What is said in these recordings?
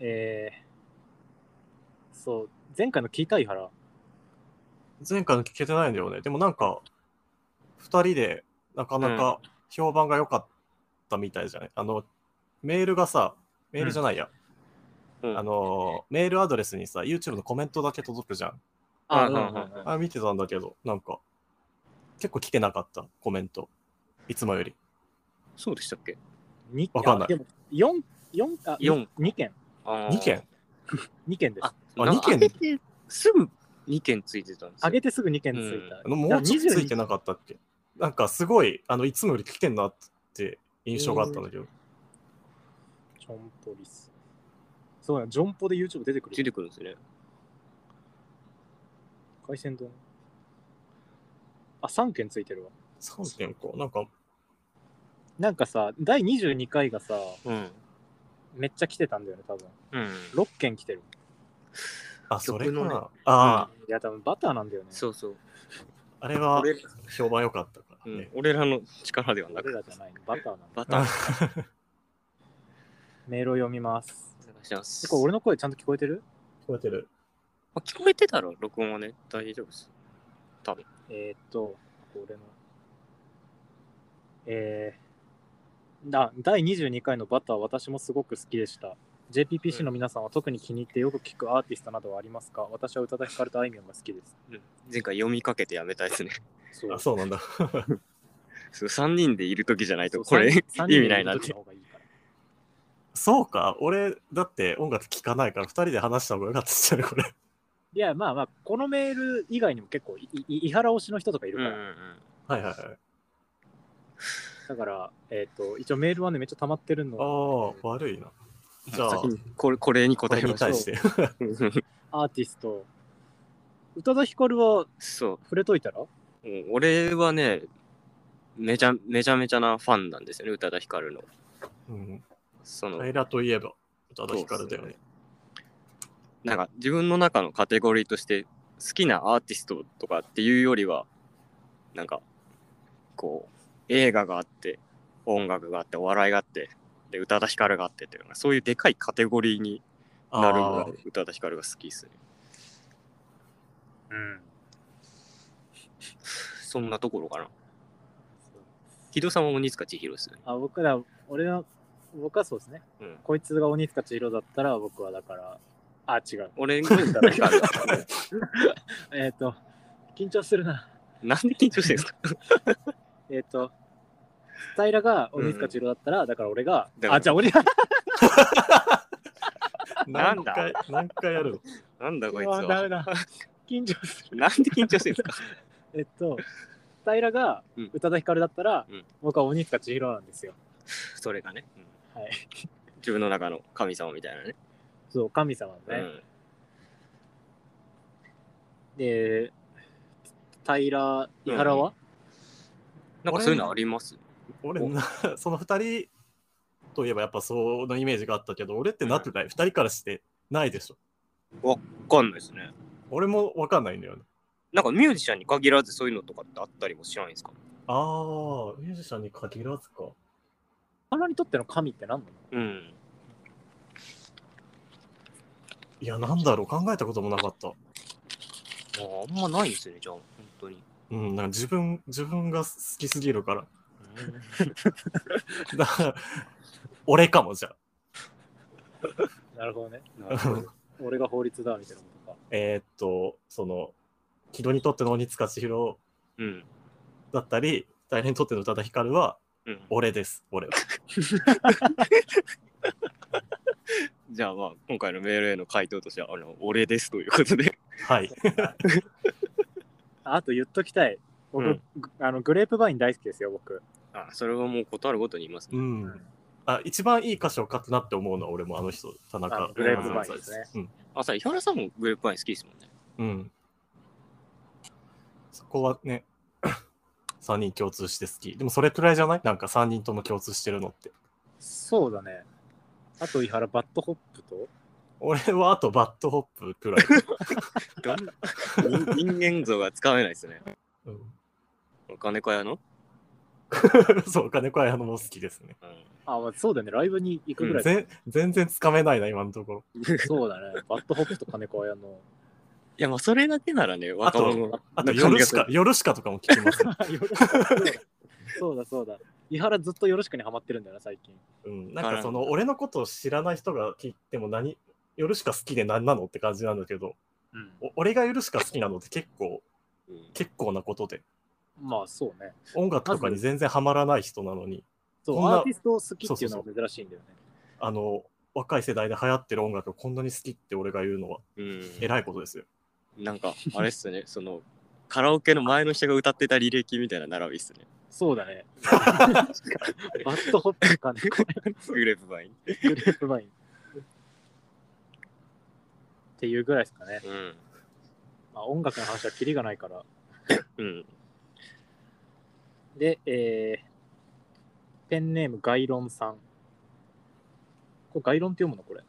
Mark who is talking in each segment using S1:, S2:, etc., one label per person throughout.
S1: えー、そう、前回の聞いた井原。
S2: 前回の聞けてないんだよね。でもなんか、2人でなかなか評判が良かったみたいじゃない、あの、メールがさ、メールじゃないや。
S3: うん
S2: あの、メールアドレスにさ、YouTube のコメントだけ届くじゃん。
S3: あ
S1: うん
S3: はい
S1: うん
S3: は
S1: うん
S3: いはい
S2: あ、見てたんだけど、なんか、結構来てなかった、コメント。いつもより。
S3: そうでしたっけ
S1: に
S2: わかんない
S1: やでも、四四あ、
S3: 四
S1: 2件。
S3: ?2
S2: 2件
S1: 二件です。
S2: あ二件
S3: 上げてすぐ2件ついてたんですよ。
S1: 上げてすぐ2件ついた。
S2: あのもうちょっとついてなかったっけなんかすごい、あの、いつもより来てんなって印象があったんだけど。
S1: ジョンポリス。そうや、ジョンポで YouTube 出てく
S3: 出
S1: る。
S3: てくるんですね。
S1: 海鮮丼。あ、3件ついてるわ。
S2: 3件か。なんか、
S1: なんかさ、第22回がさ、
S3: うん。
S1: めっちゃ来てたんだよね、多分。
S3: うん。
S1: 6件来てる。
S2: あ、それか
S3: 曲の
S2: な。あ
S1: いや、多分バターなんだよね。
S3: そうそう。
S2: あ、あれは
S3: 俺ら
S2: 評判良かったか
S3: う
S2: らね
S3: ん。俺らの力ではな
S1: 俺
S3: く
S1: らじゃないの、バターなの。
S3: バター
S1: メールを読みます。
S3: お願いします。
S1: えこれ俺の声ちゃんと聞こえてる
S2: 聞こえてる。
S3: まあ聞こえてたら録音はね、大丈夫です。
S1: えー、っと、俺の。えー、だ第22回のバター、私もすごく好きでした。JPPC の皆さんは特に気に入ってよく聞くアーティストなどはありますか私は宇多田ヒカルとあいみょんが好きです。
S3: うん前回読みかけてやめたですね。
S1: そ
S2: あ、そうなんだ。
S3: そう3人でいるときじゃないと、
S1: そ
S3: こ
S1: う
S3: れ
S1: 三人
S3: 意味ないなっ
S1: 三人でいる時
S3: て
S1: の。方がいいから
S2: そうか。俺、だって音楽聴かないから、2人で話した方が良かったっすよね、これ。
S1: いや、まあまあ、このメール以外にも結構い、い井原推しの人とかいる
S3: うん
S1: か
S3: う
S1: ら。
S3: ん
S2: はいはいはい。
S1: だから、えっ、と、一応メールはね、めっちゃ溜まってるの。
S2: ああ、悪いな。
S3: うん。
S2: じゃあ
S3: 先にこれ、これに
S2: こ
S3: 答
S2: れ
S3: え
S2: に
S3: ましょ
S2: 対して。
S3: う。
S1: アーティスト。宇多田ヒカルは
S3: そう。
S1: 触れといたら
S3: うん俺はねめちゃめちゃめちゃなファンなんですよね宇多田ヒカルの
S2: うん。
S3: その、
S2: 平といえば、宇多田ヒカルだよね。
S3: なんか自分の中のカテゴリーとして好きなアーティストとかっていうよりはなんかこう映画があって音楽があってお笑いがあってで宇多田ヒカルがあってっていうのがそういうでかいカテゴリーになるぐら
S2: あ
S3: い宇多田ヒカルが好きですね
S1: うん。
S3: そんなところかな木戸さんは鬼塚千尋ですよね
S1: あ、僕ら、俺は、僕はそうですね。
S3: うん
S1: こいつが鬼塚千尋だったら、僕はだから、あ、違う。
S3: 俺が宇多田ヒカルだったらね
S1: えっ、と、緊張するな。
S3: なんで緊張してるんですか
S1: えっ、と、平良が鬼塚千尋だったら、だから俺が、
S3: だから
S1: あ、じゃあ鬼、
S2: あ。何回、何回やるの
S3: なんだこいつ
S1: あダメ
S3: は
S1: だ。緊張する。
S3: なんで緊張してるんですか
S1: えっと、平良が
S3: うん
S1: 宇多田ヒカルだったら、
S3: うん
S1: 僕は鬼塚千尋なんですよ。
S3: それがね、
S1: はい
S3: 自分の中の神様みたいなね。
S1: そう、神様のね。で、平良、井原は、
S3: うん、なんかそういうのあります
S2: 俺
S3: お
S2: な、 その2人といえばやっぱそのイメージがあったけど、俺ってなってない。2人からしてないでしょ。
S3: わかんないですね。
S2: 俺もわかんないんだよね。
S3: なんかミュージシャンに限らずそういうのとかってあったりもしないんですか
S2: ああ、ミュージシャンに限らずか。
S1: あのにとっての神って何なの
S3: うん。
S2: いや、なんだろう、考えたこともなかった。
S3: ああんまないんですよね、じゃあ、本当に。
S2: うん、なんか自分、自分が好きすぎるから。だから、 俺かも、じゃあ。
S1: なるほどね。
S3: なるほど
S1: 俺が法律だみたいなことか。
S2: えーっと、その、木戸にとっての鬼塚千尋
S3: うん。
S2: だったり、大変にとっての宇多田ヒカルは、
S3: うん、
S2: 俺です、俺は。
S3: じゃあまあ今回のメールへの回答としてはあの俺ですということで
S2: はい。
S1: ああと言っときたい。僕、
S3: うん
S1: グあのグレープバイン大好きですよ、僕。
S3: あそれはもう断るごとに言いますね、
S2: うん。あ、一番いい歌詞を書くなって思うのは、俺もあの人、田
S1: あ
S2: 中
S1: のグレープバイン
S2: さん
S1: ですね
S2: うん。
S3: あさ井原さんもグレープワイン好きですもんね
S2: うん。そこはね、3人共通して好き。でも、それくらいじゃないなんか3人とも共通してるのって。
S1: そうだね。あと、井原、バッドホップと
S2: 俺はあとバッドホップくら い。
S3: どん人人間像がつかめないですね
S2: うん、
S3: 金子屋の
S2: そう、金子綾乃も好きですね。
S3: うん
S1: あ、まあ、そうだよね。ライブに行くぐらいだ、
S2: 全全然つかめないな、今のところ。
S1: そうだね。バッドホップと金子綾の。
S3: いや、まあ、それだけならね、若者の
S2: あと、ヨルシカ、ヨルシカとかも聞きます。
S1: あよろしくそうだ そうだそうだ。伊原ずっとよろしくにハマってるんだよな、最近。
S2: うん、なんかその、俺のことを知らない人が聞いても何、ヨルシカ好きで何なのって感じなんだけど、
S1: うん。
S2: お俺がヨルシカ好きなのって結構、
S3: うん
S2: 結構なことで、
S1: まあ、そうね。
S2: 音楽とかに全然ハマらない人なのに、
S1: そ
S2: こ
S1: う、
S2: んな
S1: アーティストを好きっていうのは珍しいんだよね。
S2: あの、若い世代で流行ってる音楽をこんなに好きって俺が言うのは、
S3: うん、
S2: 偉いことですよ。
S3: なんか、あれっすね、そ の、カラオケの前の人が歌ってた履歴みたいな並びっすね。
S1: そうだ ね。バッドホップ金子
S3: グレープバイン。
S1: グレープバイン。っていうぐらいですかね。
S3: うん。
S1: まあ、音楽の話はキリがないから。
S3: うん。
S1: で、えー、ペンネームガイロンさん。これガイロンって読むのこれ。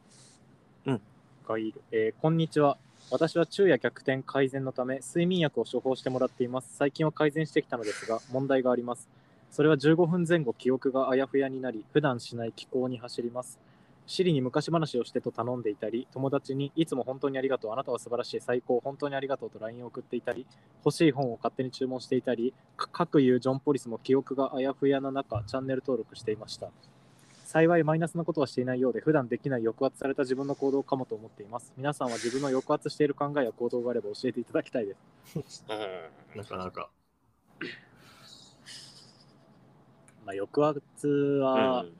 S3: うん。
S1: ガイロえーこんにちは。私は昼夜逆転改善のため、睡眠薬を処方してもらっています。最近は改善してきたのですが、問題があります。それは15分前後、記憶があやふやになり、普段しない気候に走ります。シリに昔話をしてと頼んでいたり、友達にいつも本当にありがとう、あなたは素晴らしい、最高、本当にありがとうと LINE を送っていたり、欲しい本を勝手に注文していたり、かかくいうジョン・ポリスも記憶があやふやな中、チャンネル登録していました。幸いマイナスなことはしていないようで、普段できない抑圧された自分の行動かもと思っています。皆さんは自分の抑圧している考えや行動があれば教えていただきたいです。
S2: なかなか。
S1: まあ、抑圧
S3: う
S1: は、
S3: ん。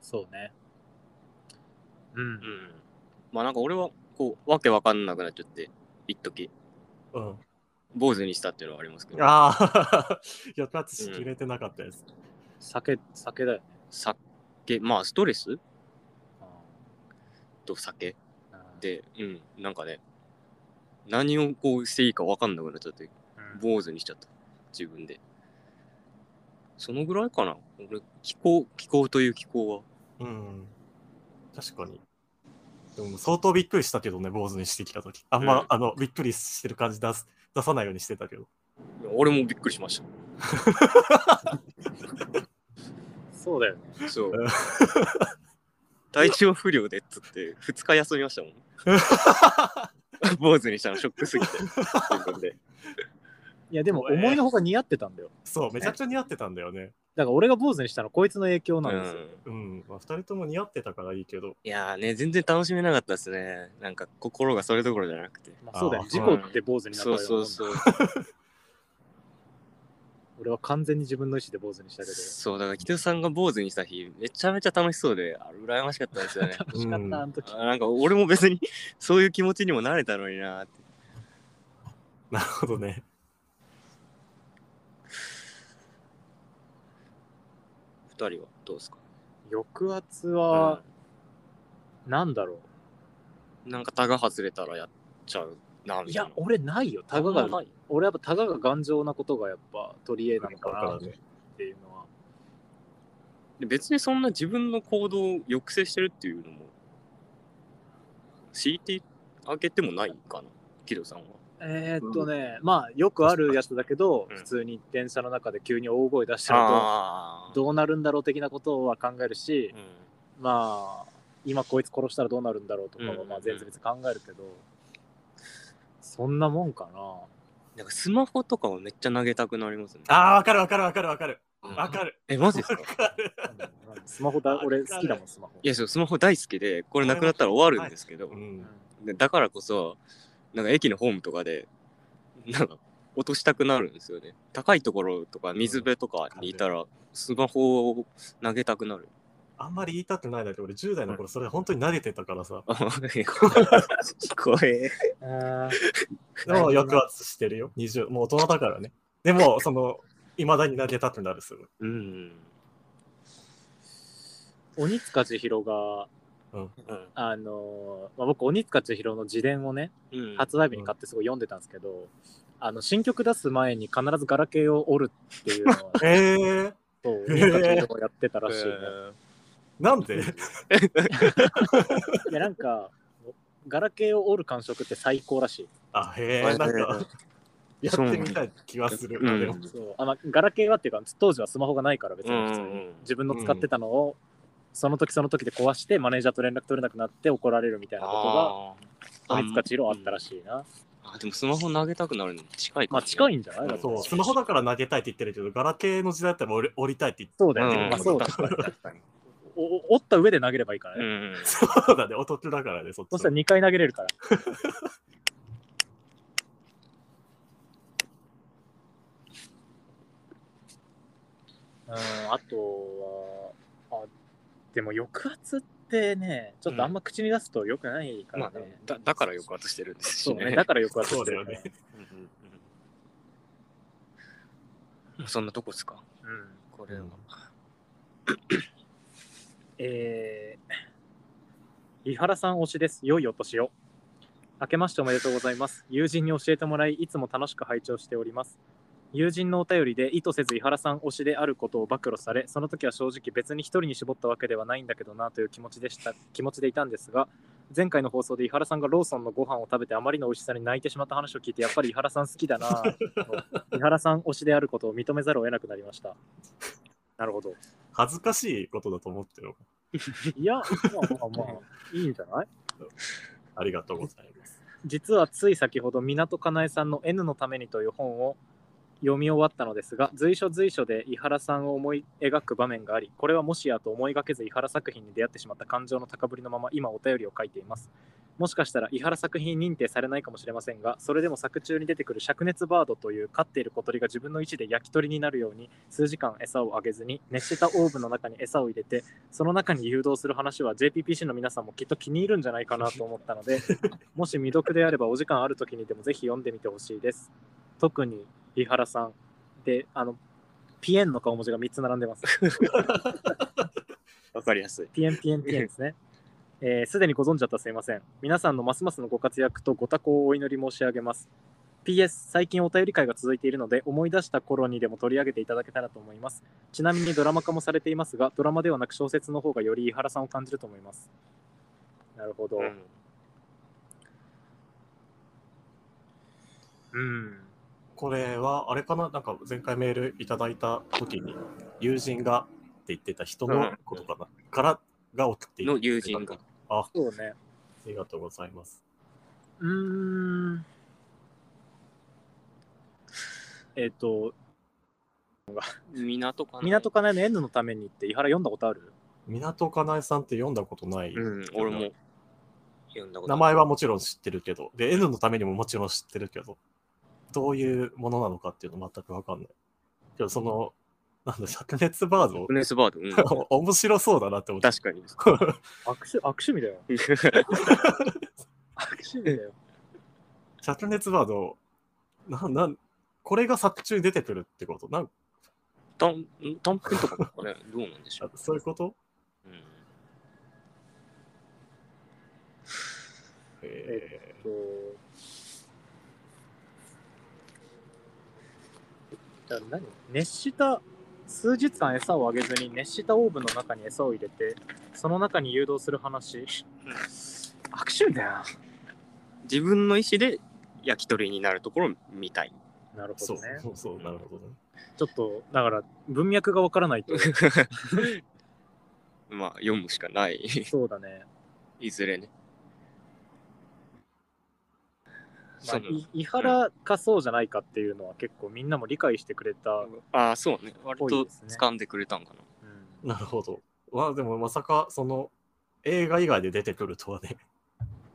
S1: そうね。うん
S3: う。ん。まあなんか俺は、こう、わけわかんなくなっちゃって、一時
S2: うん。
S3: 坊主にしたっていうのはありますけど、
S2: ああ、 抑圧しきれてなかったです。
S1: 酒、酒だよね。
S3: 酒、まあストレス
S1: あ
S3: と酒
S1: ー、
S3: で、うん、なんかね、何をこうしていいかわかんなくなっちゃって、
S1: うん
S3: 坊主にしちゃった。自分で。そのぐらいかな。俺、気候、気候という気候は。
S2: うん。確かに。でも相当びっくりしたけどね、坊主にしてきたとき。あんま、
S3: うん
S2: あの、びっくりしてる感じ出す出さないようにしてたけど。
S3: いや俺もびっくりしまし
S1: そうだよね。
S3: た。そう
S2: うん。
S3: 体調不良でっつって、2日休みましたもん。 坊主にしたのショックすぎて。自分で
S1: いや、でも
S2: そうね
S1: 思いのほか似合ってたんだよ。
S2: そう、めちゃくちゃ似合ってたんだよね。
S1: だから俺が坊主にしたのこいつの影響なんですよ。
S3: うん
S2: うん。まあ、二人とも似合ってたからいいけど。
S3: いやーね、全然楽しめなかったですね。なんか心がそれどころじゃなくて。
S1: まあ、そうだよ、
S2: あ
S1: ね。
S2: ー
S1: 事故って坊主になった
S3: そ
S1: よ
S3: う
S1: うな
S3: そ
S1: もん
S3: う
S1: だ
S3: そう。
S1: 俺は完全に自分の意思で坊主にしたけど。
S3: そう、だから、北さんが坊主にした日、めちゃめちゃ楽しそうで、あ羨ましかったです よね。
S1: 楽しかった、あの時。
S3: あなんか俺も別にそういう気持ちにもなれたのになーって。
S2: なるほどね。
S3: 二人はどうですか
S1: 抑圧は、なんだろ
S3: うんなんかタガ外れたらやっちゃうな
S1: う。
S3: み
S1: い
S3: たい
S1: や
S3: な。、
S1: 俺ないよ。タガ
S3: あんま
S1: が
S3: ない、
S1: 俺やっぱタガが頑丈なことがやっぱ取り柄なの
S2: だ
S1: か
S2: か
S1: な
S2: ら
S1: っ
S2: ね。
S1: ていうのは。
S3: で別にそんな自分の行動を抑制してるっていうのも、強いてあげてもないかな、キドさんは。
S1: えーっとね、まあよくあるやつだけど、
S3: うん
S1: 普通に電車の中で急に大声出したら
S3: あ
S1: どうどうなるんだろう的なことは考えるし、
S3: うん、
S1: まあ今こいつ殺したらどうなるんだろうとか
S3: うんうんう
S1: は
S3: ん
S1: まあ全然別に考えるけど、そんなもんかな。
S3: なんかスマホとかはめっちゃ投げたくなりますね。
S2: ああ、わかるわかるわかるわかる。わかる。
S3: え、マジですか
S1: うんスマホだ、俺好きだもん、スマホ。
S3: いや、そうスマホ大好きで、これなくなったら終わるんですけど、
S2: うん。
S3: でだからこそ、なんか駅のホームとかで、なんか落としたくなるんですよね。高いところとか水辺とかにいたら、スマホを投げたくなる。
S2: あんまり言いたくないんだけど、俺10代の頃それ本当に投げてたからさ。
S3: あ怖え。
S1: うん
S2: でも抑圧してるよ。20、もう大人だからね。でも、その、いまだに投げたくなるすごい。
S3: うん。
S1: 鬼塚千尋が、
S3: うん。
S1: あのーまあ、僕、鬼塚千尋の自伝をね、
S3: うん
S1: 発売日に買ってすごい読んでたんですけど、あの新曲出す前に必ずガラケーを折るっていうのを
S2: えー、
S1: そう鬼塚千尋をやってたらしいね。
S2: なんで
S1: いや、なんか、ガラケーを折る感触って最高らしい。
S2: あ、へ
S3: え
S2: え、なんか、やってみたい気はする。
S3: うん
S2: でも
S1: そうあまあ、ガラケーはっていうか当時はスマホがないから別
S3: う
S1: に
S3: ん
S1: 普通
S3: う
S1: に、
S3: ん
S1: 自分の使ってたのを、その時その時で壊してマネージャーと連絡取れなくなって怒られるみたいなこ
S3: あ
S1: とが
S3: ー
S1: いつかちろあったらしいな、
S3: あでもスマホ投げたくなるの近いか
S1: ま
S3: も
S1: あ近
S3: い
S1: いんじゃないだって
S2: そう、スマホだから投げたいって言ってるけど、ガラケーの時代だったら俺折りたいって言って
S1: そうだよね、
S3: うん
S1: まあそうだ
S3: 確 かに確かに
S1: おお折った上で投げればいいから
S3: う
S1: ね、
S3: ん
S2: そう だね、お得だからね、そっち
S1: そ
S2: の
S1: したら2回投げれるから うんあとはあでも抑圧ってねちょっとあんま口に出すとよくないか
S3: ま
S1: ら
S3: あ
S1: ね、
S3: ねだだから抑圧してるんで
S1: そ
S3: すし
S1: うね
S3: ね
S1: だから抑圧
S2: そ
S1: し
S2: う
S1: て
S2: だ
S1: る
S2: よね。
S3: うんうんうんそんなとこですか
S1: うん
S3: これは
S1: えー、井原さん推しです。良いお年を。明けましておめでとうございます。友人に教えてもらい、いつも楽しく拝聴しております。友人のお便りで意図せず井原さん推しであることを暴露され、その時は正直別に一人に絞ったわけではないんだけどなという気持ちでした気持ちでいたんですが、前回の放送で井原さんがローソンのご飯を食べてあまりの美味しさに泣いてしまった話を聞いて、やっぱり井原さん好きだなと井原さん推しであることを認めざるを得なくなりました。なるほど。
S2: 恥ずかしいことだと思ってるのか
S1: いや、まあまあまあ、いいんじゃない
S2: ありがとうございます。
S1: 実はつい先ほど、港かなえさんの N のためにという本を読み終わったのですが、随所随所で井原さんを思い描く場面があり、これはもしやと思いがけず井原作品に出会ってしまった感情の高ぶりのまま、今お便りを書いています。もしかしたら井原作品認定されないかもしれませんが、それでも作中に出てくる灼熱バードという飼っている小鳥が自分の位置で焼き鳥になるように数時間餌をあげずに熱したオーブの中に餌を入れてその中に誘導する話は JPPC の皆さんもきっと気に入るんじゃないかなと思ったのでもし未読であればお時間ある時にでもぜひ読んでみてほしいです特に井原さんであのピエンの顔文字が3つ並んでます
S3: わかりやすい
S1: ピエンピエンピエンですねすで、えー既にご存知だったらすいません皆さんのますますのご活躍とご多幸をお祈り申し上げます PS 最近お便り会が続いているので思い出した頃にでも取り上げていただけたらと思いますちなみにドラマ化もされていますがドラマではなく小説の方がより井原さんを感じると思いますなるほど、
S3: うん
S1: うん。
S2: これは、あれかななんか前回メールいただいた時に、友人がって言ってた人のことかな、からが送っていただ
S3: の
S2: いた
S3: 友人が。
S2: あ、あ
S1: そうね。
S2: りがとうございます。
S1: うーん。えっ、と、
S3: 港かな
S1: 港かなえの N のためにって、井原読んだことある
S2: 港かなえさんって読んだことない。
S3: うん俺も読んだこと
S2: 名前はもちろん知ってるけど、で、N のためにももちろん知ってるけど、どういうものなのかっていうの全くわかんない。けど、その、なんだ、灼熱バード
S3: フネスバード、うん、
S2: 面白そうだな って思って。
S3: 確かに
S1: 悪趣悪趣味だよ。悪趣味だよ。
S2: 灼熱バード、なん、なん、これが作中に出てくるってことなん
S3: 短短編とかなんかねどうなんでしょ
S2: あ
S3: う、
S2: そういうこと
S3: うん
S2: え
S1: そうだ何熱した数日間餌をあげずに熱したオーブンの中に餌を入れてその中に誘導する話悪趣味だよ
S3: 自分の意思で焼き鳥になるところを見たい
S1: なる
S2: ー
S1: ほ
S2: そ
S1: ど
S2: う
S1: ね
S2: そうそう、なるほどね。
S1: ちょっとだから文脈がわからないと
S3: まあ読むしかない
S1: そうだね
S3: いずれね、
S1: まあ、
S3: その
S1: い伊原かそうじゃないかっていうのは結構みんなも理解してくれた、うん
S3: ああそうね割
S1: ぽい
S3: と
S1: ですね
S3: 掴んでくれたんかな、
S2: なるほど。まあ、でもまさか、その、映画以外で出てくるとはね。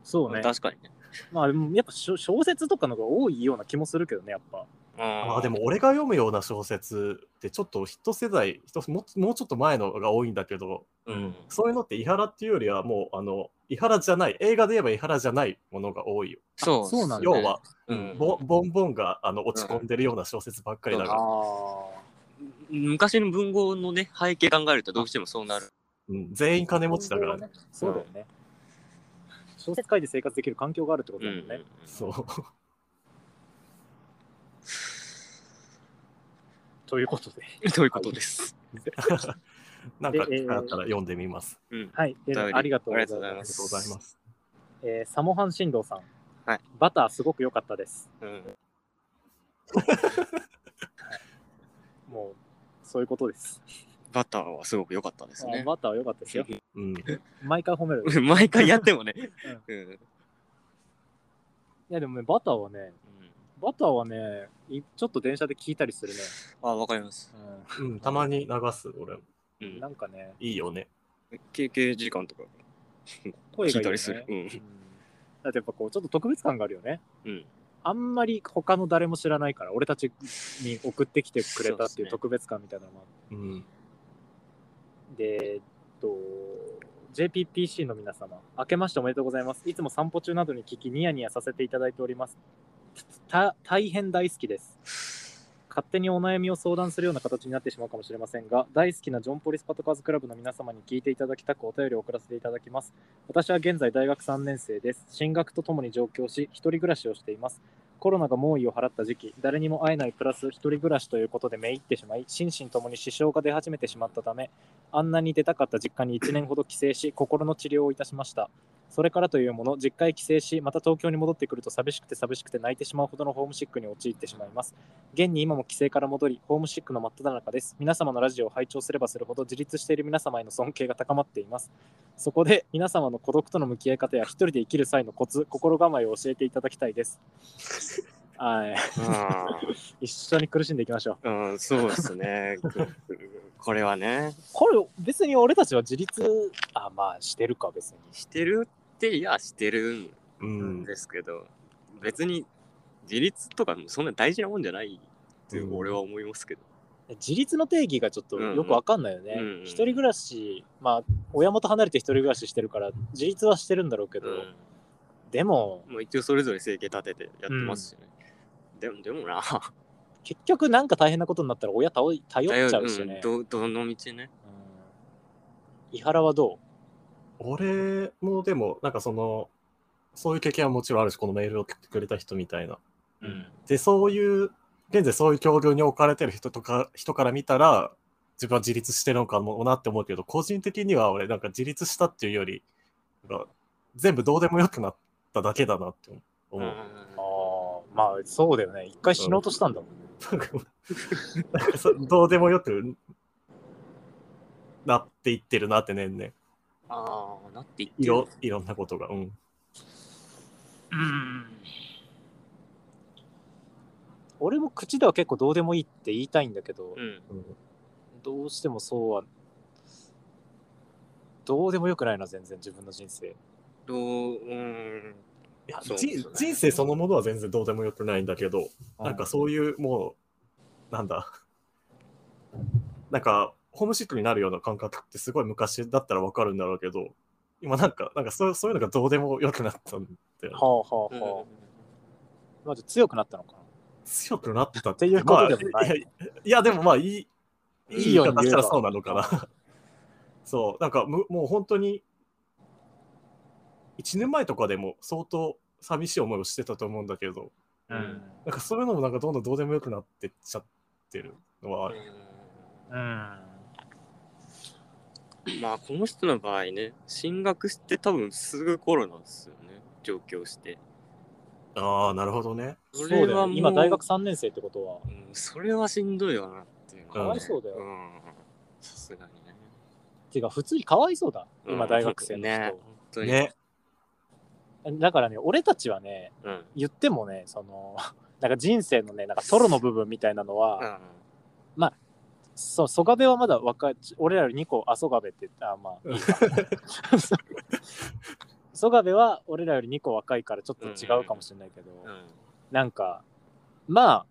S1: そうね
S3: 確かにね
S1: まあでもやっぱ小小説とかの方が多いような気もするけどねやっぱ
S3: あ
S2: あでも俺が読むような小説ってちょっと一世代一つももうちょっと前のが多いんだけど、
S3: うん
S2: そういうのって伊原っていうよりはもうあの伊原じゃない映画で言えば伊原じゃないものが多いよ。
S3: そう
S1: そうなんだ
S2: 要は、
S3: うん
S2: ボボンボンがあの落ち込んでるような小説ばっかりだ
S1: あ
S2: から、
S3: 昔の文豪のね背景考えるとどうしてもそうなる
S2: うん全員金持ちだからね。
S1: そうだよね小説界で生活できる環境があるってこと
S3: う
S1: だ
S3: ん
S1: もんね、
S2: そう
S1: ということで
S3: ということです、
S2: なんか
S1: でえー
S2: 機会あったら読んでみます。
S3: うん
S1: はいで
S3: お便り
S1: ありがとうござい
S3: あり
S1: ま
S2: あ
S3: がとうございま
S2: り
S1: す
S2: がとうございます。
S1: えーサモハン振動さん、
S3: はい
S1: バターすごく良かったです
S3: うん
S1: もう、そういうことです。
S3: バターはすごく良かったです
S1: あ
S3: ね。
S1: バターは良かったですよ。
S2: うん。
S1: 毎回褒める。い
S3: 毎回やってもね。うん
S1: や、でもね、バターはね、
S3: うん
S1: バターはね、いちょっと電車で聞いたりするね。
S3: あ、わかります。
S2: うん、たまに流す、俺。
S3: う
S1: うんん、な。んかね、
S2: いいよね。
S3: 休憩時間とか
S1: 声がい
S3: 聞い
S1: いよ
S3: た
S1: ね
S3: りする。う。
S1: うんんだってやっぱこう、ちょっと特別感があるよね。
S3: うん。
S1: あんまり他の誰も知らないから、俺たちに送ってきてくれたっていう特別感みたいなのもあって
S2: うん。
S1: で、えっと、JPPC の皆様、明けましておめでとうございます。いつも散歩中などに聞き、ニヤニヤさせていただいております。た大変大好きです。勝手にお悩みを相談するような形になってしまうかもしれませんが、大好きなジョンポリスパトカーズクラブの皆様に聞いていただきたくお便りを送らせていただきます。私は現在大学3年生です。進学とともに上京し、一人暮らしをしています。コロナが猛威を払った時期、誰にも会えないプラス一人暮らしということでめいってしまい、心身ともに支障が出始めてしまったため、あんなに出たかった実家に1年ほど帰省し、心の治療をいたしました。それからというもの、実家へ帰省し、また東京に戻ってくると寂しくて寂しくて泣いてしまうほどのホームシックに陥ってしまいます。現に今も帰省から戻り、ホームシックの真っ只中です。皆様のラジオを拝聴すればするほど自立している皆様への尊敬が高まっています。そこで皆様の孤独との向き合い方や一人で生きる際のコツ、心構えを教えていただきたいです。はい、
S3: あ
S1: 一緒に苦しんでいきましょう。
S3: あ、うん、そうですね。 これはね、
S1: これ別に俺たちは自立、あ、まあしてるか別に。
S3: してるっていやしてる
S2: うんん。
S3: ですけど、別に自立とかそんな大事なもんじゃないって俺は思いますけど。
S1: 自立の定義がちょっとよくわかんないよね。
S3: うんうんうん
S1: 一人暮らし、まあ、親元離れて一人暮らししてるから、自立はしてるんだろうけど、
S3: うん
S1: でも、
S3: もう一応それぞれ生計立ててやってますしね。でも、でもな、
S1: 結局なんか大変なことになったら親頼頼っちゃうしね。
S3: んどどの道ね。
S1: うん伊原はど
S2: 俺もでも、なんかその、そういう経験はもちろんあるし、このメールを送ってくれた人みたいな。
S1: う、
S3: うん
S2: で、そういう、現在そういう境遇に置かれてる人とか、人から見たら、自分は自立してるのかもなって思うけど、個人的には俺、なんか自立したっていうより、なんか全部どうでもよくなっただけだなって思う。
S1: ああ、まあそうだよね。一回死のうとしたんだもん。
S2: なんかなんかそどうでもよくなっていってるなって年々、
S3: ああ、なっていって
S2: い
S3: る
S2: ろいろんなことが。うん。
S3: うん。
S1: 俺も口では結構どうでもいいって言いたいんだけど、
S3: うん。
S2: うん
S1: どうしてもそうは、どうでもよくないな、全然自分の人生。
S3: どう、うん。
S2: いや
S3: そう
S2: じ
S3: ですよね
S2: 人生そのものは全然どうでもよくないんだけど、なんかそういうもうなんだ なんかホームシックになるような感覚ってすごい昔だったらわかるんだろうけど今なんかなんかそうそういうのがどうでもよくなったんだよね
S1: はあはあはあ。まず強くなったのか
S2: 強くなったっ
S1: っていうことでも
S2: まあ
S1: ない
S2: いやいやでもまあいい
S1: い
S2: いい
S1: いよ
S2: 言
S1: う
S2: い
S1: に言えば
S2: 方したらそうなのかな そうなんかむもう本当に1年前とかでも相当寂しい思いをしてたと思うんだけど
S1: な。
S3: う
S2: な
S3: ん
S2: んかそういうのもなんかどんどんどうでもよくなってっちゃってるのはある。
S1: うん。
S3: まあ、この人の場合ね、進学して多分すぐ頃なんですよね。上京して。
S2: ああ、なるほどね。
S1: そ
S3: そう
S1: だ
S3: れ
S1: よ
S3: は
S1: ね
S3: もう
S1: 今大学3年生ってことは、
S3: うん、それはしんどいよなっていうのは
S1: かわいそうだよ。
S3: うん。さすがにね。
S1: てか、普通にかわいそうだ。今
S3: うん
S1: 大学生の人。
S3: ね本当に。
S2: ね。
S1: だからね、俺たちはね、
S3: うん。
S1: 言ってもね、その、 なんか人生のね、なんかソロの部分みたいなのは、
S3: うん。
S1: そう、蘇我部はまだ若い、俺らより2個、あ、蘇我部って、あ、まあ、いいか 蘇我部は俺らより2個若いからちょっと違うかもしれないけど、
S3: うん。
S1: なんか、まあ、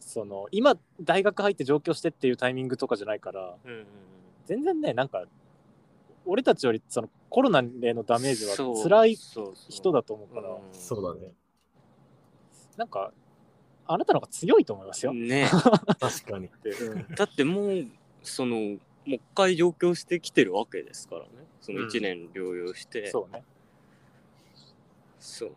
S1: その、今、大学入って上京してっていうタイミングとかじゃないから、
S3: うんうん。
S1: 全然ね、なんか、俺たちよりそのコロナでのダメージ
S3: そ
S1: は
S3: う
S1: 辛い
S3: そうそう
S1: 人だと思うから、
S3: うん
S2: そうだね。
S1: なんか、あなたの方が強いと思いますよ。
S3: ね。
S2: 確かに。
S3: だってもうそのもう一回上京してきてるわけですからねその
S1: うん
S3: 1年療養して、そう
S1: そうね。
S3: そう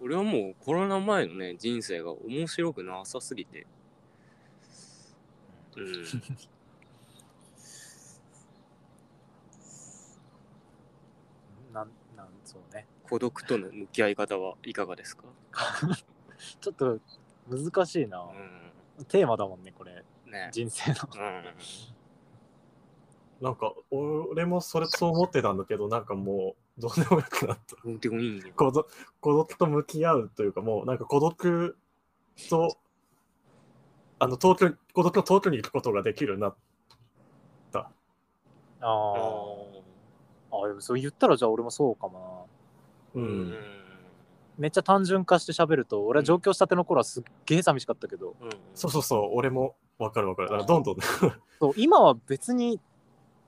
S3: 俺はもうコロナ前のね人生が面白くなさすぎてうん
S1: なんなんそうね。
S3: 孤独との向き合い方はいかがですか、
S1: ちょっと難しいな。
S3: う
S1: テーマだもんね、これ。
S3: ん、ね
S1: 人生の。
S3: うん
S2: なんか、俺もそれそう思ってたんだけど、なんかもう、どうでもよくなった。
S3: うんでもいいよ。
S2: 孤独孤独と向き合うというか、もうなんか孤独と、あの、東京、孤独の東京に行くことができるな。
S1: ああ。あ、でもそう言ったらじゃあ俺もそうかも
S2: う。
S3: うん
S1: な。めっちゃ単純化して喋ると、俺は上京したての頃はすっげえ寂しかったけど、
S3: うん
S2: そうそうそう、俺もわかるわかる。だからどんどん、
S1: そう今は別に、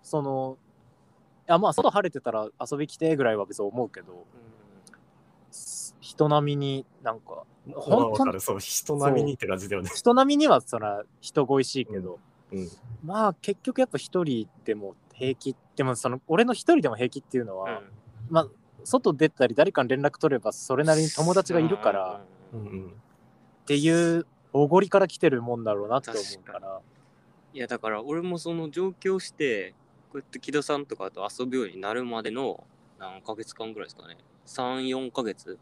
S1: その、いやまあ外晴れてたら遊び来てぐらいは別に思うけど、す人並みになんか、
S2: ほらわか
S1: 本当
S2: る。そう、人並みにって感じだよね。
S1: 人並みにはそら人恋しいけど、
S2: うん。
S1: まあ結局やっぱ一人でも平気でもその俺の一人でも平気っていうのは、まあ外出たり誰かに連絡取ればそれなりに友達がいるから。
S2: う
S3: うんん
S2: うん。
S1: っていうおごりから来てるもんだろうなって思うから
S3: いやだから俺もその上京してこうやって木戸さんとかと遊ぶようになるまでの何ヶ月間ぐらいですかね34ヶ月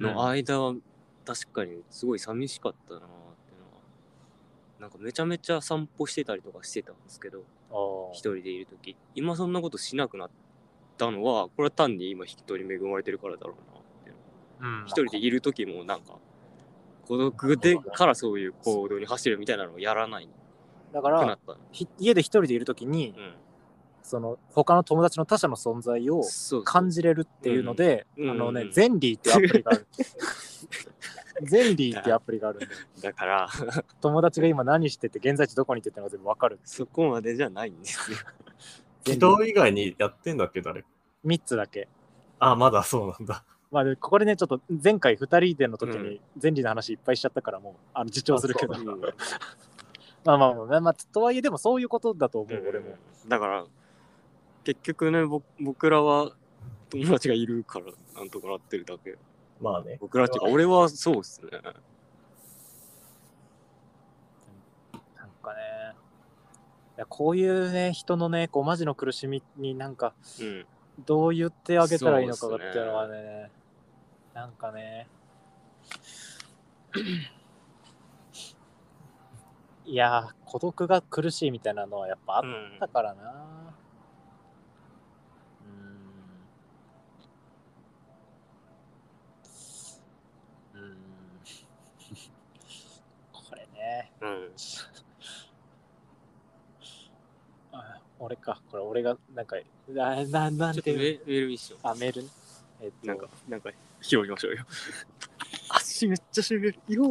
S3: の間は確かにすごい寂しかったなっていうのはなんかめちゃめちゃ散歩してたりとかしてたんですけど
S1: あー
S3: 一人でいる時今そんなことしなくなったのはこれは単に今人に恵まれてるからだろうなっていう
S1: うん
S3: 一人でいる時もなんか孤独でからそういう行動に走るみたいなのをやらない
S1: だか
S3: くな
S1: ら
S3: ったの
S1: ひ家で一人でいる時に、
S3: うん
S1: その他の友達の他者の存在を
S3: そう
S1: 感じれるっていうので、
S3: うん
S1: あのね、
S3: うん
S1: ゼンリーってアプリがあるゼンリーってアプリがあるんで
S3: だから
S1: 友達が今何してて現在地どこに行ってってのが全部わかる
S3: そこまでじゃないんです よ。
S2: 祈祷以外にやってんだっけ、誰か。
S1: 3つだけ
S2: あ、まだそうなんだ。
S1: まあでここでねちょっと前回2人での時
S3: う
S1: にゼンリーの話いっぱいしちゃったからもうあの自重するけど
S2: あそう
S1: まあまあまあまあ、まあ、とはいえでもそういうことだと思う、俺も
S3: だから結局ねぼ僕らは友達がいるからなんとかなってるだけ
S2: まあね。
S3: 僕らっていうか俺はそうっすね。
S1: なんかねいやこういうね人のねこうマジの苦しみになんか
S3: うん
S1: どう言ってあげたらいいのかがって
S3: そうっすね
S1: いうのはねなんか ねいやー孤独が苦しいみたいなのはやっぱあっ
S3: うん
S1: だからなうーんうーん これね
S3: うん
S1: あ俺かこれ俺がなんかあななん
S3: ちょってとメ
S1: いう
S3: メールミッション。
S1: あメールねえっと
S3: なんか、なんか、拾いまし ょうよ。足めっちゃしびれる。よう、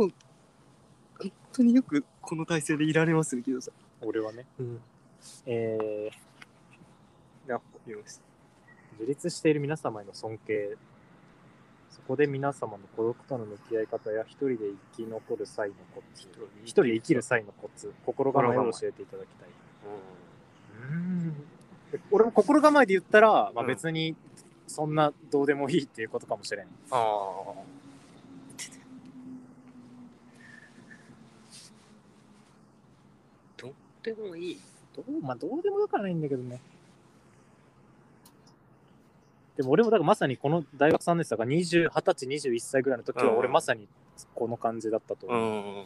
S3: 本当によくこの体勢でいられますね、木戸さん。
S1: 俺はね
S2: うん。
S1: えー、
S3: あ、見ました。
S1: 自立している皆様への尊敬そこで皆様の孤独との向き合い方や一人で生き残る際のコツ一人で生きる際のコツ心構えを教えていただきたい俺も心構えで言ったら、まあ、
S3: うん
S1: 別にそんなどうでもいいっていうことかもしれん、
S3: ああ。どうでもいい。
S1: どうまあどうでもよくはないんだけどねでも俺もだからまさにこの大学3年生だから20 20歳21歳ぐらいの時は
S3: うん
S1: 俺まさにこの感じだったと思う、
S3: ん。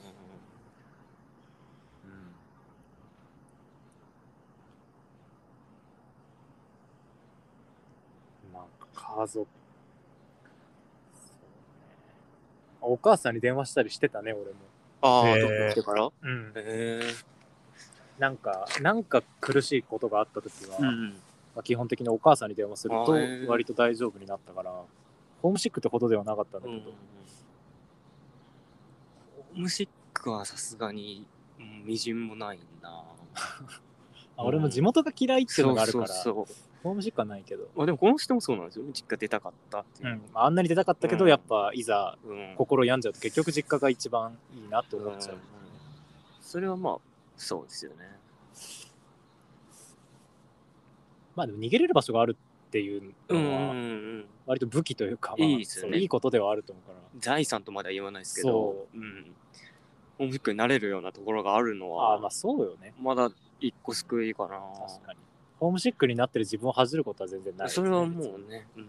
S1: まあ、家族。お母さんに電話したりしてたね、俺も。
S3: ああ、
S2: へー
S3: どこ来てからへ
S1: うん。
S3: え。
S1: なんか、なんか苦しいことがあった時は、ま
S3: ん。
S1: あ、基本的にお母さんに電話すると
S3: あへえ、
S1: 割と大丈夫になったから、ホームシックってほどではなかったんだ
S3: う
S1: け
S3: ん
S1: ど、
S3: ホームシックはさすがに、うんみじんもないな。
S1: あ俺も地元が嫌いっていうのがあるから、
S3: そうそうそう
S1: ホームシックはないけど、
S3: まあでもこの人もそうなんですよね。実家出たかったっていうう。
S1: んまあ、あんなに出たかったけど、
S3: うん
S1: やっぱいざ
S3: うん
S1: 心病んじゃうと結局実家が一番いいなって思っちゃう。
S3: それはまあ、そうですよね。
S1: まあでも逃げれる場所があるっていうのは、
S3: ん。
S1: 割と武器というか、まあ
S3: いいですよね
S1: そういいことではあると思うから。
S3: 財産とまでは言わないですけど、うん。ホームシックになれるようなところがあるの
S1: ああ、
S3: は、
S1: まあそうよね。
S3: まだ一個救いかな。
S1: 確かに。ホームシックになってる自分を恥じることは全然ない、
S3: それはもうね、うん。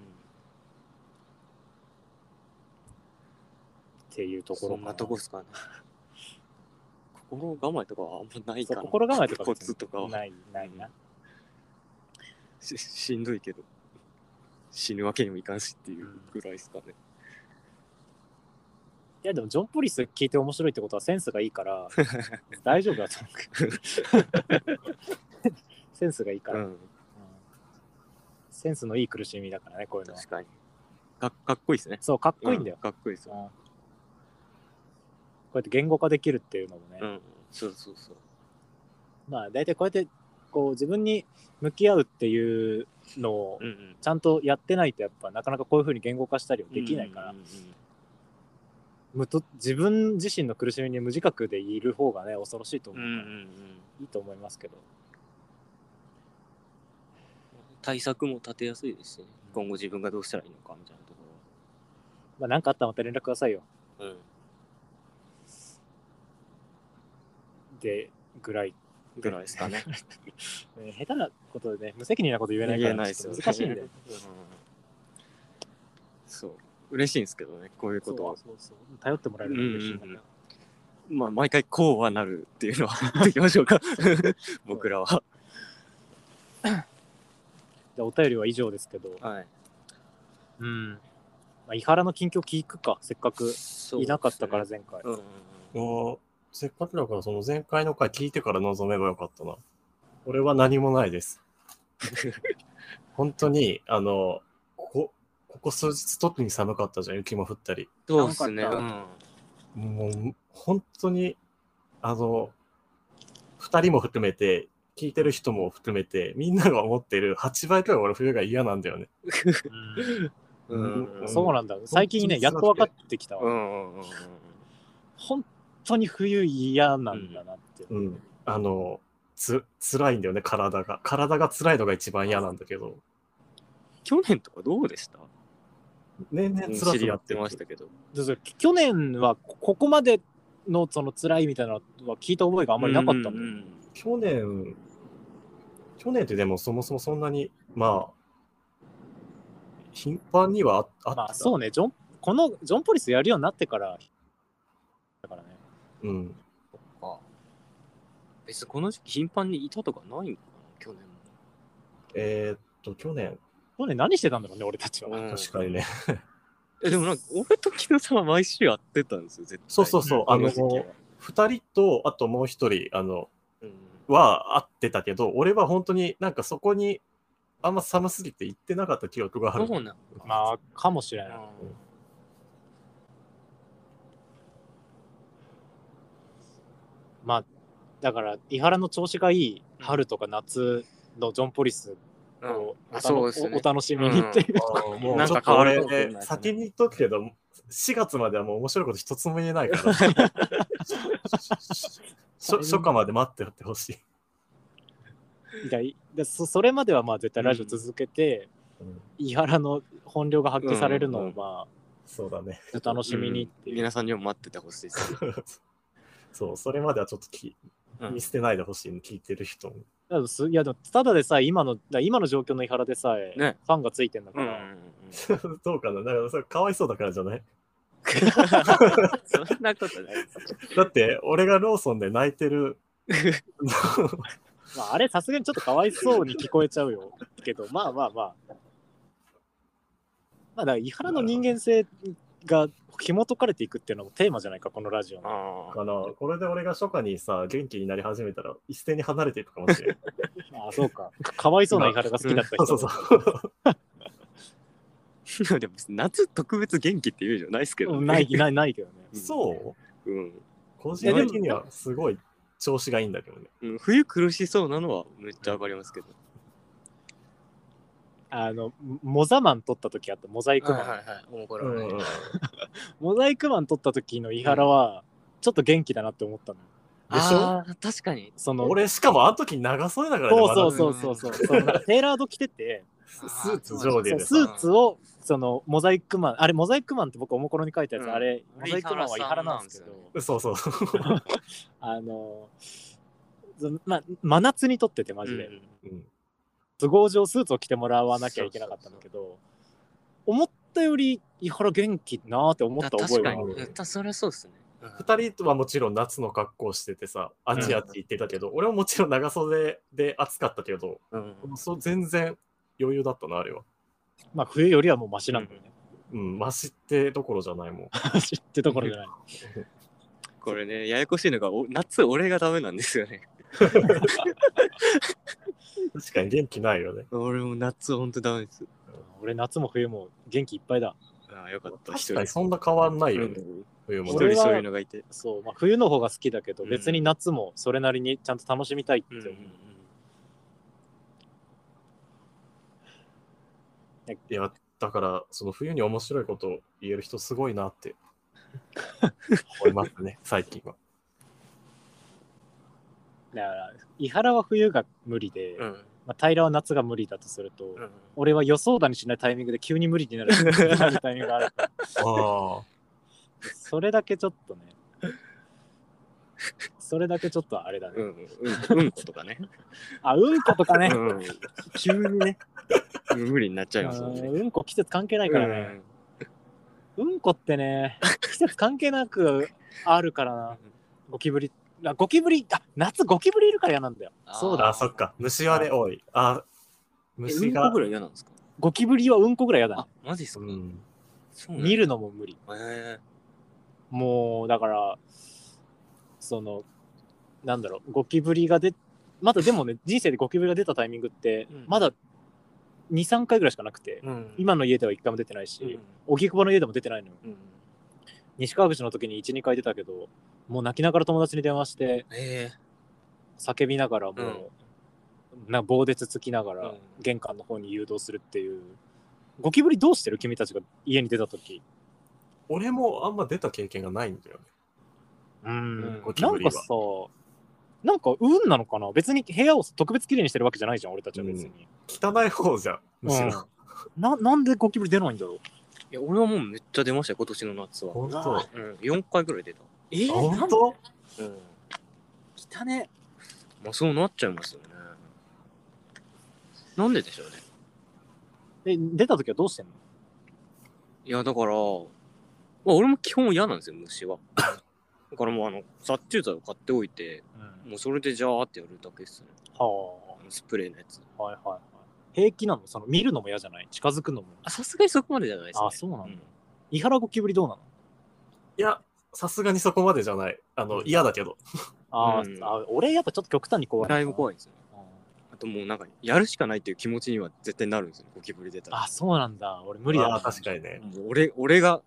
S1: っていうところ
S3: そ
S1: か
S3: ん
S1: な
S3: なとこっすかね。心構えとかはあんまないか
S1: そう
S3: な。
S1: 心構えとか
S3: コ
S1: 別に
S3: ツとかは
S1: ないないな
S3: ししんどいけど、死ぬわけにもいかんしっていうぐらいですかね。
S1: いやでもジョン・ポリス聞いて面白いってことはセンスがいいから 大丈夫だと思うセンスがいいか
S3: う
S1: ら、うん
S3: ん、
S1: センスのいい苦しみだからねこういうのは
S3: 確かに。かかっこいいですね。
S1: そうかっ
S3: か
S1: こいいんだよ、
S3: かっこいいです
S1: うん
S3: よ。
S1: こうやって言語化できるっていうのもね、
S3: うん、そうそうそう。
S1: まあ大体こうやってこう自分に向き合うっていうのを
S3: うんうん。
S1: ちゃんとやってないとやっぱなかなかこういうふうに言語化したりはできないから、
S3: うんうんうん
S1: 無と自分自身の苦しみに無自覚でいる方がね恐ろしいと思
S3: う
S1: う、
S3: んう
S1: から
S3: んうん
S1: いいと思いますけど
S3: 対策も立てやすいですしね、今後自分がどうしたらいいのかみたいなとこ
S1: まあ、なんかあったらまた連絡くださいよ
S3: ろは、
S1: でぐらい
S3: うん、ぐらいですかね。
S1: ね下手なことでね無責任なこと言えないか
S3: 言え
S1: ら
S3: ないで
S1: ち
S3: す
S1: ょ
S3: よ
S1: っ
S3: ね
S1: と難しいんだよ、
S3: うんそう嬉しいんですけどねこういう
S1: そ
S3: こ
S1: う
S3: とは
S1: そうそう頼ってもらえるのが嬉しいんだけど、
S3: うんうんうんまあ毎回こうはなるっていうのは 言ってきましょうか僕らは
S1: じゃあお便りは以上ですけど、
S3: はい
S1: うんまあ、伊原の近況聞くかせっかくいなかったから
S3: そう
S1: 前回、
S3: ですねうんうんうん
S2: おーせっかくだから、その前回の回聞いてから臨めばよかったな。俺は何もないです。本当に、あの、ここ、ここ数日特に寒かったじゃん、雪も降ったり。
S3: そうですね
S1: な
S3: うん
S1: か
S3: ん
S2: もう、本当に、あの、二人も含めて、聞いてる人も含めて、みんなが思ってる8倍くらい俺冬が嫌なんだよね。
S3: うん
S1: そうなんだ最近ねやっと分かってきたわ、
S3: うんうんうん
S1: 本当に冬嫌なんだなって、
S2: うん。あの、つ、辛いんだよね、体が。体が辛いのが一番嫌なんだけど、
S3: 去年とかどうでした
S2: 年々辛
S3: 知
S2: く
S3: り合
S2: なっ
S3: って
S2: て
S3: ま
S2: る
S3: したけど
S1: でそれ去年はこここまでのその辛いみたいなのは聞いた覚えがあ
S3: あ
S1: んまりなかったもん、
S2: 去年、去年ってでもそもそもそんなに、まあ、頻繁にはああった。
S1: まあそうねジョンこのジョン・ポリスやるようになってからだからね
S2: うん。
S3: あ別にこの時期頻繁にいたとかないんかな去年も
S2: えーっと、去年、
S1: 去年何してたんだろうね俺たちは、
S3: うん
S2: 確かにね。
S3: えでもなんか俺と木野さんは毎週会ってたんですよ絶対
S2: そうそうそう、
S1: うん
S2: あ
S3: こ
S2: の
S3: の時期は、
S2: 二人と、あともう一人、あの、
S3: うん
S2: は会ってたけど、俺は本当になんかそこに、あんま寒すぎて行ってなかった記憶がある。
S3: そうなんだ
S1: まあかもしれない、まあだから伊原の調子がいい春とか夏のジョン・ポリス
S3: うん
S1: をお,、
S3: あそうですね
S1: お楽しみにっていう、
S2: あーも
S3: な
S2: うんちょっと
S3: か変わる
S2: 俺
S3: かもしれないですね
S2: 先に言っとくけど、4月まではもう面白いこと一つも言えない から。初初夏まで待ってやってほしい。
S1: 以外でそそれまではまあ絶対ラジオ続けて、
S2: うん
S1: 伊原の本領が発揮されるの
S3: うん
S1: を
S3: うん
S1: ま
S2: そうだね。
S1: あお楽しみにって
S3: うん
S1: いう、
S3: 皆さんにも待っててほしいですね
S2: そう、それまではちょっとき
S3: うん
S2: 見捨てないでほしいの、聞いてる人も。
S1: だからすいやでもただでさえ今のだから今の状況の伊原でさえ
S3: ね
S1: ファンがついてんだか
S3: うんうん
S1: ら、
S2: どうかなだからそれかわいそうだからじゃない
S3: うんそんなことない
S2: だって、俺がローソンで泣いてる。
S1: まあ、あれさすがにちょっとかわいそうに聞こえちゃうよ けどまあまあまあまあだから伊原の人間性が紐解かれていくっていうのもテーマじゃないかこのラジオの
S3: あ
S2: かなこれで俺が初夏にさ、元気になり始めたら、一斉に離れていくかもしれ ない。
S1: ああそうかかわいそうな伊原が好きだった
S2: そ
S1: 人
S2: うそう
S1: だ
S2: そう。
S3: ー でも夏特別元気っていうじゃないですけど
S1: う
S3: ね
S1: んないないないけどね
S2: そう
S3: うん
S2: 個人的にはすごい調子がいいんだけどね。
S3: うん冬苦しそうなのはめっちゃわかりますけど
S1: あのモザマン撮った時あったモザイクマン、
S3: いはいおもこ
S2: うんうんうん
S1: モザイクマン撮った時の伊原はちょっと元気だなって思ったのよ
S2: でしょ
S3: あー確かに
S1: その
S2: 俺しかもあの時長袖だからね。
S1: そう
S2: ま
S1: そ
S2: だ
S1: うそうそうそうそのなんかテーラード着てて
S2: ススーツ上下
S1: そう
S2: で
S1: ス
S2: さ。
S1: ーツをそのモザイクマンあれモザイクマンって僕おもころに書いたやつ、
S3: うん
S1: あれモ
S3: あれ
S1: ザイクマンは伊原なんですけど
S3: 伊原さんなん
S2: そうそう。
S1: あのそのまあ真夏に撮っててマジで、
S3: うん
S2: うん
S1: 都合上スーツを着てもらわなきゃいけなかったんだけど思っったより伊原元気なーって思った覚え
S3: 確
S1: が
S3: か
S1: ある
S3: に。たそりゃそうですね。うん
S2: 2人はもちろん夏の格好しててさ、あちあち行ってたけど、俺ももちろん長袖で暑かったけど、
S3: うん
S2: そう全然余裕だったな、あれは。
S1: まあ冬よりはもうマシなんだよね。
S2: うん、マシってどころじゃないもん。
S1: マシってところじゃない。
S3: これね、ややこしいのが、お夏俺がダメなんですよね。
S2: 確かに元気ないよね。
S3: 俺も夏ほんとダメです。
S1: 俺夏も冬も元気いっぱいだ。
S3: ああ、よかった。一
S2: 確
S3: 人
S2: かに。そんな変わんないよね、
S3: うん
S2: 冬も
S3: 一
S2: ね。
S1: 俺
S3: 人
S1: は
S3: そういうのがいて。
S1: そう、まあ、冬の方が好きだけど、
S3: うん
S1: 別に夏もそれなりにちゃんと楽しみたいって
S3: うん
S1: 思
S3: う
S1: うん
S3: うん
S2: いや、だから、その冬に面白いことを言える人すごいなって思いますね、 最近は。
S1: だから、伊原は冬が無理で、
S3: うん
S1: まあ、平は夏が無理だとすると、
S3: うん
S1: 俺は予想だにしないタイミングで急に無理になるなるタイミングがあるから、
S2: ああ、
S1: それだけちょっとね、それだけちょっとあれだね。
S3: うんうんうんことかね。
S1: あ、うんことかね、
S3: う
S1: うん
S3: ん急にね、無理になっちゃいますもんね。
S1: うんこ季節関係ないからね。うんこってね、季節関係なくあるからな。ゴキブリ、あゴキブリ、あ夏ゴキブリいるから嫌なんだよ。
S3: あー
S1: そうだ。
S2: あそっか、虫はね、多い。あ
S3: え
S2: 虫
S3: うんこ
S2: が
S3: ぐ、らい嫌なんですか
S1: ゴキブリはうんこぐらい嫌だね
S3: あ。、マジっす
S2: う
S3: か
S2: ん、
S3: そうなんだ
S1: 見るのも無理。
S3: へ
S1: もう、だから、その、なんだろう、ゴキブリが出、まだでもね、人生でゴキブリが出たタイミングって
S3: うん、
S1: まだ2、3回ぐらいしかなくて
S3: え、うん
S1: 今の家では1回も出てない
S3: うん
S1: し、荻窪の家でも出てないのよ。
S3: うん
S1: 西川口の時に1、2回出たけど、もう泣きながら友達に電話して、
S3: へえ
S1: 叫びながらもう、な棒でつつきなが
S3: う
S1: ら
S3: ん
S1: 玄関の方に誘導するっていう、ゴキブリどうしてる君たちが家に出た時
S2: 俺もあんま出た経験がないんだよね。
S1: う
S3: うん
S1: ん
S2: ゴキ
S1: な
S2: ブ
S1: ん
S2: リ
S1: か
S2: は
S1: さなんか運なのかな別に部屋を特別きれいにしてるわけじゃないじゃん俺たちは別に、
S2: 汚い方じゃん、むしろ。
S1: ななんでゴキブリ出ないんだろう
S3: いや、俺はもうめっちゃ出ましたよ、今年の夏は。
S2: 本当
S1: うわ
S3: うん、4回ぐらい出た。
S1: えー
S2: 本当
S3: うん。
S1: なんで汚ね
S3: まあ、そうなっちゃいますよね。なんででしょうね。
S1: え出た時はどうしてんの
S3: いや、だから、まあ、俺も基本嫌なんですよ、虫 は。だからもう、あの、殺虫剤を買っておいて、もうそれでジャーってやるだけですね。
S1: は
S3: あのスプレーのやつ。
S1: あはいはいはい平気なのその見るのも嫌じゃない近づくのも
S3: あ、さすがにそこまでじゃないですね。
S1: あそうなんだ
S3: ん
S1: 伊原ゴキブリどうなの
S2: いや、さすがにそこまでじゃない。あの、嫌だけど。
S1: あ
S3: うん
S1: ー、あ俺やっぱちょっと極端に怖いな
S3: だいぶ怖いですね。
S1: うん
S3: あともうなんか、やるしかないっていう気持ちには絶対なるんですよ、ゴキブリ出たら。
S1: あそうなんだ俺無理だ
S2: あ
S1: な
S2: ー確かにね。
S3: もう俺、俺が、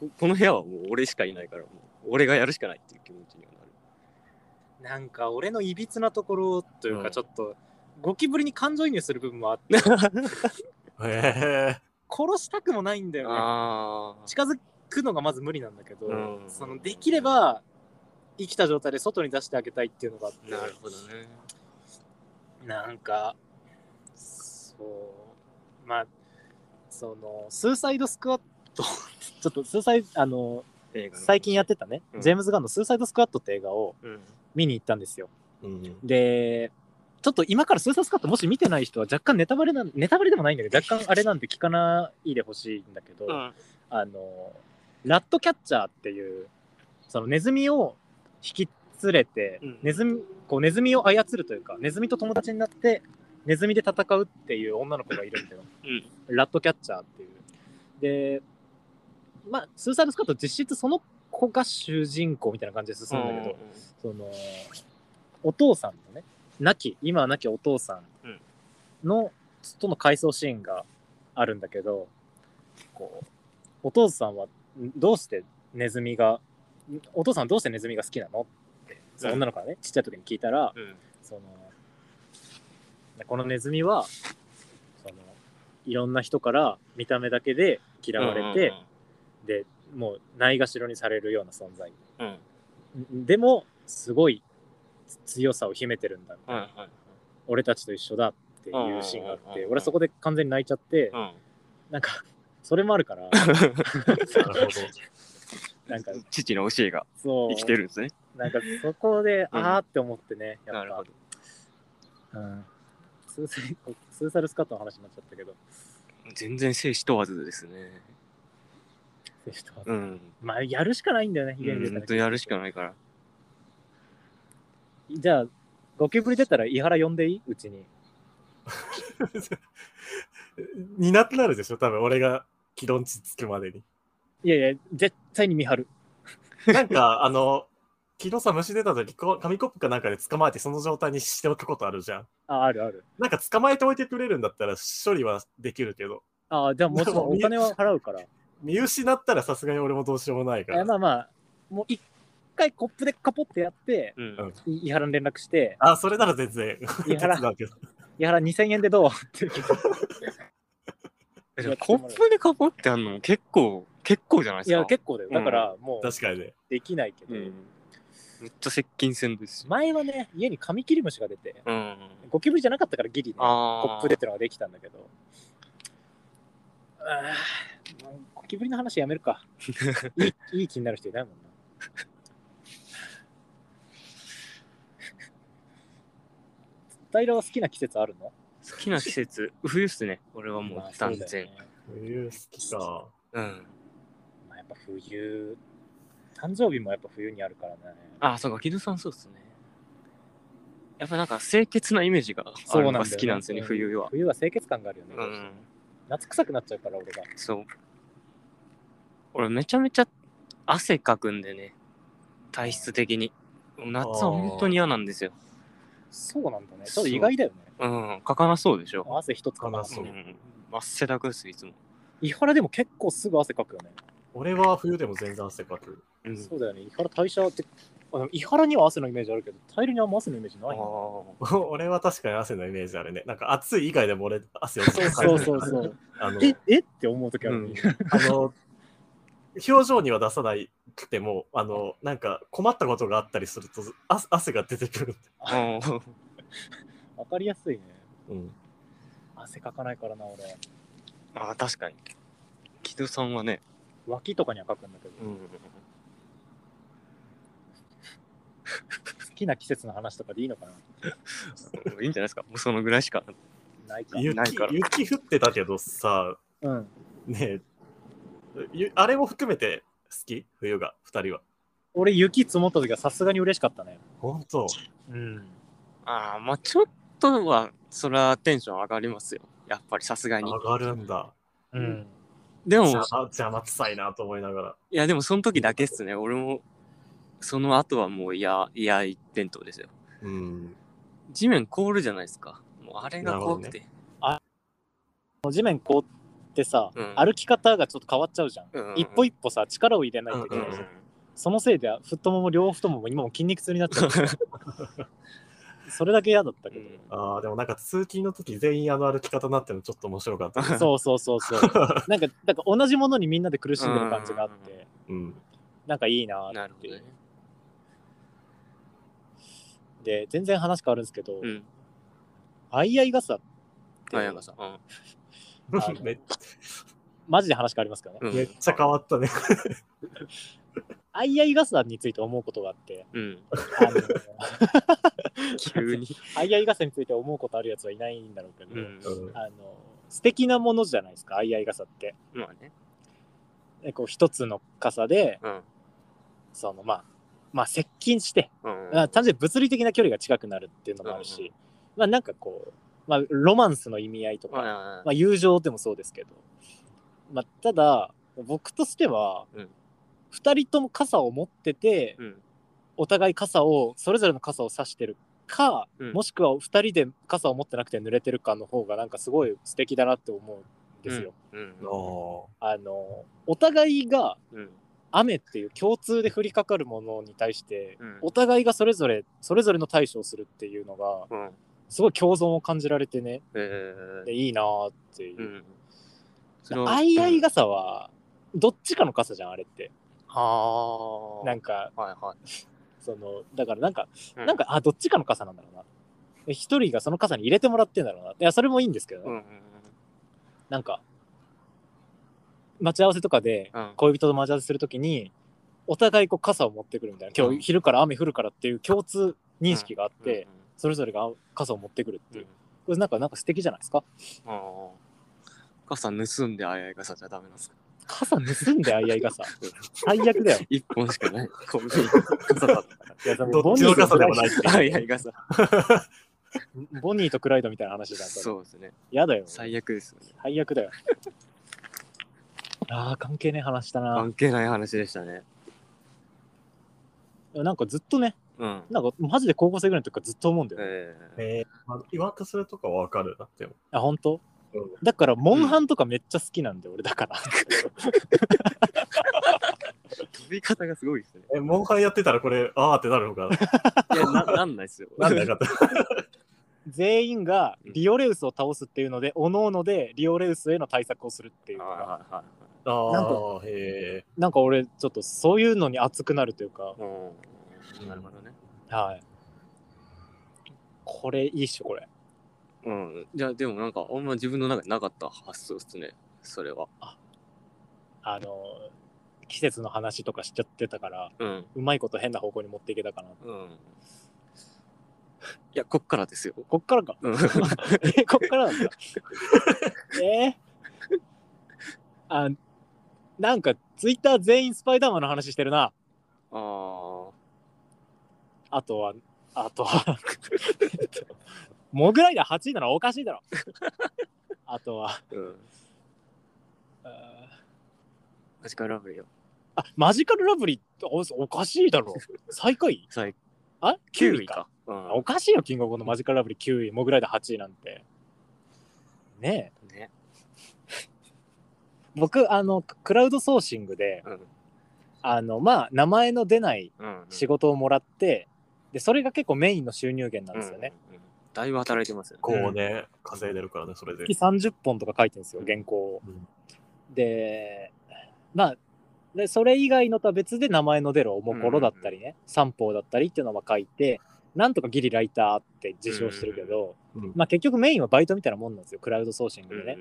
S3: ここの部屋はもう俺しかいないから、もう俺がやるしかないっていう気持ちにはなる。
S1: なんか俺のいびつなところという
S3: うん
S1: かちょっと、ゴキブリに感情移入する部分もあって
S2: へえ。
S1: 殺したくもないんだよね
S3: ああ。
S1: 近づくのがまず無理なんだけど、
S3: うん
S1: そのできれば生きた状態で外に出してあげたいっていうのがあって
S3: なるほどね。
S1: なんかそうまあそのスーサイドスクワット ちょっとスーサイあの
S3: 映画の
S1: 最近やってたね、
S3: うん
S1: ジェームズ・ガンの「スーサイドスクワット」って映画を
S3: うん。
S1: 見に行ったんですよ
S2: うん。
S1: で、ちょっと今からスーサースカットもし見てない人は若干ネタバレなん、ネタバレでもないんだけど、若干あれなんで聞かないでほしいんだけど、
S3: うん。
S1: あの、ラットキャッチャーっていう、そのネズミを引き連れて、
S3: うん
S1: ネズミ、こうネズミを操るというか、ネズミと友達になって、ネズミで戦うっていう女の子がいるんだよ。
S3: うん
S1: ラットキャッチャーっていう。で、まあ、スーサイドスカット実質その子が主人公みたいな感じで進むんだけど、そのお父さんのね亡き今は亡きお父さんの、との回想シーンがあるんだけどこうお父さんはんどうしてネズミがんお父さんはどうしてネズミが好きなのってその女の子がねちっちゃい時に聞いたら
S3: うん。うん。
S1: そのこのネズミはそのいろんな人から見た目だけで嫌われて、でもうないがしろにされるような存在
S3: うん。うん。
S1: でもすごい強さを秘めてるんだ
S3: はいはい。
S1: 俺たちと一緒だっていうシーンがあ
S3: うんうん
S1: っ
S3: うんう
S1: て
S3: ん
S1: 俺はそこで完全に泣いちゃって
S3: うん。
S1: なんかそれもあるから
S2: な るほど。
S1: なんか
S3: 父の教えが
S1: そう
S3: 生きてるんですね。
S1: なんかそこで
S3: うん
S1: あーって思ってねや
S3: な
S1: っ
S3: るほ
S1: ぱ
S3: ど。
S1: うんスーサルスーサルスカットの話になっちゃったけど
S3: 全然生死問わずですね。
S1: テストは
S3: うん。
S1: まあ、やるしかないんだよね、非現実
S3: 本当やるしかないから。
S1: じゃあ、ゴキブリ出たら、伊原呼んでいいうちに。
S2: になくなるでしょ、多分俺が気論ちつくまでに。
S1: いやいや、絶対に見張る。
S2: なんか、あの、昨日さ、虫出た時、こう紙コップかなんかで捕まえて、その状態にしておくことあるじゃん。
S1: あ、あるある。
S2: なんか捕まえておいてくれるんだったら処理はできるけど、
S1: あじゃあ、もちろんお金は払うから。
S2: 見失ったらさすがに俺もどうしようもないか
S1: え
S2: ら。
S1: まあまあ、もう一回コップでカポってやって、
S3: うんん。
S1: い伊原に連絡 して、
S2: あ、それなら全然。
S1: 伊原
S2: 手伝うけど
S1: 伊原2000円でどうって。
S3: でもコップで囲ってあんのも結構、結構じゃないで
S1: い
S3: すか。
S1: や、結構だよ。だから、もう
S2: 確かにね。
S1: できないけど、
S3: うん。めっちゃ接近戦ですよ。
S1: 前はね、家にカミキリムシが出て、
S3: うん。
S1: ゴキブリじゃなかったからギリね、コ
S3: ああ。
S1: ップでっ。てのができたんだけど。あーもうゴキブリの話やめる かいい。いい気になる人いないもんな。平は好きな季節あるの
S3: 好きな季節、冬っすね。俺はも
S1: まあ
S3: う
S1: そう
S3: 断
S1: だよ
S3: 然
S1: ね。
S2: 冬好きか。
S3: うん。
S1: まあ、やっぱ冬、誕生日もやっぱ冬にあるからね。
S3: あ、そうか、木戸さんそうっすね。やっぱなんか清潔なイメージがあ
S1: そう
S3: る
S1: なんだ
S3: のが
S1: よ
S3: 好きなんですよね、冬は。
S1: 冬は清潔感があるよね。
S3: うん。
S1: 夏臭くなっちゃうから、俺が。
S3: そう。俺めちゃめちゃ汗かくんでね、体質的に。夏は本当に嫌なんですよ。
S1: そうなんだね。ちょっと意外だよね。
S3: うん、かかなそうでしょ。
S1: 汗一つかな。
S2: かなそう
S3: うん。汗だくです、いつも。
S1: 伊原でも結構すぐ汗かくよね。
S2: 俺は冬でも全然汗かく。
S3: うん。
S1: そうだよね。伊原代謝って、あでも伊原には汗のイメージあるけど、大量にあんま汗のイメージ
S3: あ
S1: ないな。
S2: 俺は確かに汗のイメージあるね。なんか暑い以外でも俺汗をかいて
S1: そう
S2: る
S1: そうそうそう。
S2: あの
S1: ええって思う時ある、
S3: う
S2: あ
S3: ん
S2: の、表情には出さないくても、あの、なんか困ったことがあったりすると、あ汗が出てくる。
S3: あ。
S1: わかりやすいね。
S2: うん。
S1: 汗かかないからな、俺。
S3: ああ、確かに。木戸さんはね、
S1: 脇とかにはかくんだけど、
S3: うん。
S1: 好きな季節の話とかでいいのかな。
S3: いいんじゃないですか。もうそのぐらいしか。
S1: ないか。
S2: 雪
S3: ないから
S2: 雪降ってたけどさ、
S1: うん。
S2: ねえゆあれも含めて好き冬が、二人は。
S1: 俺、雪積もった時はさすがに嬉しかったね。
S2: 本当
S1: うん。
S3: ああ、まあちょっとは、それはテンション上がりますよ。やっぱりさすがに
S2: 上。がるんだ。
S1: うん。
S3: でも
S2: 邪、魔邪魔くさいなと思いながら。
S3: いや、でもその時だけっすね。俺も、その後はもう、いや、いや、一点倒ですよ。
S2: うん。
S3: 地面凍るじゃないですか。もうあれが怖くて。
S1: 地面凍ってさ、
S3: うん
S1: 歩き方がちょっと変わっちゃうじゃん。
S3: うんうん
S1: 一歩一歩さ、力を入れないといけ
S3: う
S1: ない
S3: ん
S1: じゃん
S2: う
S1: そのせいで太もも両太もも今も筋肉痛になっちゃう それだけ嫌だったけど、
S2: ああ、でもなんか通勤の時全員あの歩き方になってるのちょっと面白かった。
S1: そうそうそうそうなんかなんか同じものにみんなで苦しんでる感じがあって、
S3: うん
S2: うん。
S1: なんかいいな
S3: うんな
S1: ーっ
S3: るほ
S1: て
S3: ど
S1: いう
S3: ね。
S1: で全然話変わるんですけど、
S3: うん。
S1: あいあい傘って
S3: あ
S1: い
S3: や
S1: う
S3: がさん。うん
S1: あの
S2: め
S1: マジで話変わりますけどね、
S3: うん
S2: めっちゃ変わったね。
S1: あいあい傘について思うことがあって
S3: うん。
S1: あの
S3: 急に。
S1: あいあい傘について思うことあるやつはいないんだろうけど、
S3: うん。
S2: うん
S1: あの素敵なものじゃないですかあいあい傘って
S3: まあね。
S1: でこう一つの傘で
S3: うん。
S1: そのまあまあ接近して
S3: うん。
S1: まあ単純に物理的な距離が近くなるっていうのもあるし、
S3: うんう
S1: まあなんかこう、まあ、ロマンスの意味合いとか、
S3: ま
S1: まあ、友情でもそうですけど、まあ、ただ僕としては、
S3: うん
S1: 二2人とも傘を持ってて
S3: うん。
S1: お互い傘をそれぞれの傘を差してるか、
S3: うん
S1: もしくは2人で傘を持ってなくて濡れてるかの方がなんかすごい素敵だなって思うんですよ。
S3: うん。
S2: お
S1: あのお互いが
S3: うん。
S1: 雨っていう共通で降りかかるものに対して、
S3: うん
S1: お互いがそれぞれそれぞれの対処をするっていうのが
S3: うん。
S1: すごい共存を感じられてね
S3: え
S1: で
S3: ー
S1: いいなーっていうう、
S3: ん。それは
S1: あいあい。傘はどっちかの傘じゃんあれって
S3: はあ。
S1: なんか
S3: はいはい。
S1: そのだからなんか、
S3: うん
S1: なんかあどっちかの傘なんだろうなで一人がその傘に入れてもらってんだろうないやそれもいいんですけど、
S3: うんうん
S1: なんか待ち合わせとかで
S3: うん。
S1: 恋人と待ち合わせするときにお互いこう傘を持ってくるみたいな今
S3: うん
S1: 日昼から雨降るからっていう共通認識があっ
S3: うん
S1: て、、それぞれが傘を持ってくるって
S3: う
S1: い
S3: ん
S1: う、これなんかなんか素敵じゃないですか
S3: ああ。傘盗んであやい傘じゃダメなんですか
S1: 傘盗んで、あいあい 傘。最悪だよ。
S3: 一本しかない。コ ンビニ傘だっ
S1: いや、でも
S2: ど
S1: ボ
S2: っ
S1: ニ
S2: ち
S1: ー
S2: の
S1: と
S2: 傘
S1: ク
S2: で
S1: ライ
S2: も
S1: ド
S2: ないって。
S3: た。はいいうはい、傘。
S1: ボニーとクライドみたいな話じゃん。それ
S3: そうですね。
S1: やだよ。
S3: 最悪ですよね。
S1: 最悪だよ。ああ、関係ねえ話だな。
S3: 関係ない話でしたね。
S1: なんかずっとね、
S3: うん。
S1: なんかマジで高校生ぐらいの時からずっと思うんだよね。
S3: ええ
S2: えーまあ、言わんとするとかはわかるなっても。
S1: あ、本当
S2: うん
S1: だから、モンハンとかめっちゃ好きなんで、俺だから。
S3: 飛び方がすごいですね。
S2: え、モンハンやってたらこれ、あーってなる のか
S3: いや、ななんないですよ。
S2: な。なんだかった。
S1: 全員がリオレウスを倒すっていうので、おのおのでリオレウスへの対策をするっていうのが
S3: はいは
S2: ああ、へえ。
S1: なんか俺ちょっとそういうのに熱くなるというか
S3: い、はい。うん。なるほどね。
S1: はいこれいいっしょこれ
S3: うん。いや、でもなんか、あんま自分の中になかった発想ですね。それは。
S1: あの季節の話とかしちゃってたから
S3: うん。
S1: うまいこと変な方向に持っていけたかな
S3: うん。いや、こっからですよ。
S1: こっからか
S3: うん。
S1: えこっからなんだえー、あなんかツイッター全員スパイダーマンの話してるな
S3: あ
S1: あとはあとは えっとモグライダー8位ならおかしいだろあとは
S3: あ。うん。
S1: あー
S3: マジカルラブリーよ。
S1: あマジカルラブリーおおかしいだろ最下位
S3: 最
S1: あ
S3: 9位か。う
S1: おかしいよキングオブコントマジカルラブリー9位モグライダー8位なんてね
S3: ん。ね。
S1: え僕あのクラウドソーシングで
S3: うん。
S1: あのまあ名前の出ない
S3: うん。
S1: 仕事をもらってでそれが結構メインの収入源なんですよね、
S3: うんうんうん。だいぶ働いてますよね。
S2: こうね、稼いでるからね、それで。
S1: 月30本とか書いてるんですよ原稿を
S2: うん
S1: でまあでそれ以外のとは別で名前の出るおもころだったりね、三方だったりっていうのは書いてなんとかギリライターって自称してるけど、
S2: うんうんうん
S1: まあ、結局メインはバイトみたいなもんなんですよクラウドソーシングでね、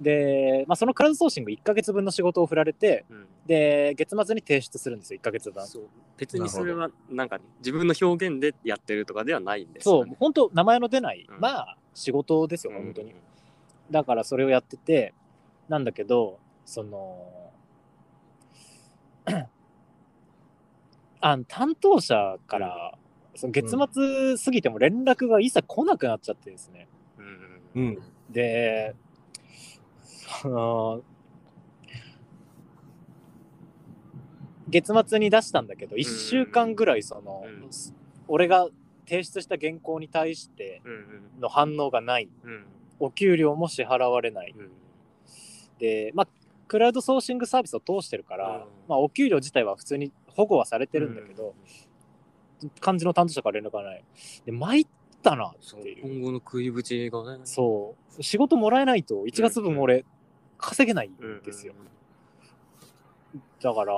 S1: で、まあ、そのクラウドソーシング1ヶ月分の仕事を振られて
S3: うん。うん
S1: で月末に提出するんですよ1ヶ月分
S3: そう別にそれはなんか自分の表現でやってるとかではないんです
S1: そ
S3: よ
S1: う
S3: ね、
S1: 本当名前の出ない、
S3: うん
S1: まあ仕事ですよ
S3: うん
S1: 本当に、だからそれをやっててなんだけどそのあの担当者から、その月末過ぎても連絡が一切来なくなっちゃってですね、
S3: うん
S2: う
S3: うん
S2: ん。
S1: でその月末に出したんだけど1週間ぐらいその、
S3: うん
S1: 俺が提出した原稿に対して
S3: うん
S1: の反応がない
S3: うんうん
S1: お給料も支払われない
S3: うん
S1: で、まあ、クラウドソーシングサービスを通してるから、
S3: うん
S1: まあ、お給料自体は普通に保護はされてるんだけど、漢字の担当者から連絡がないで参ったなって
S3: そう
S1: いう
S3: 今後の食いぶちがね
S1: そう仕事もらえないと1月分俺稼げないん
S3: うん
S1: ですよ、だから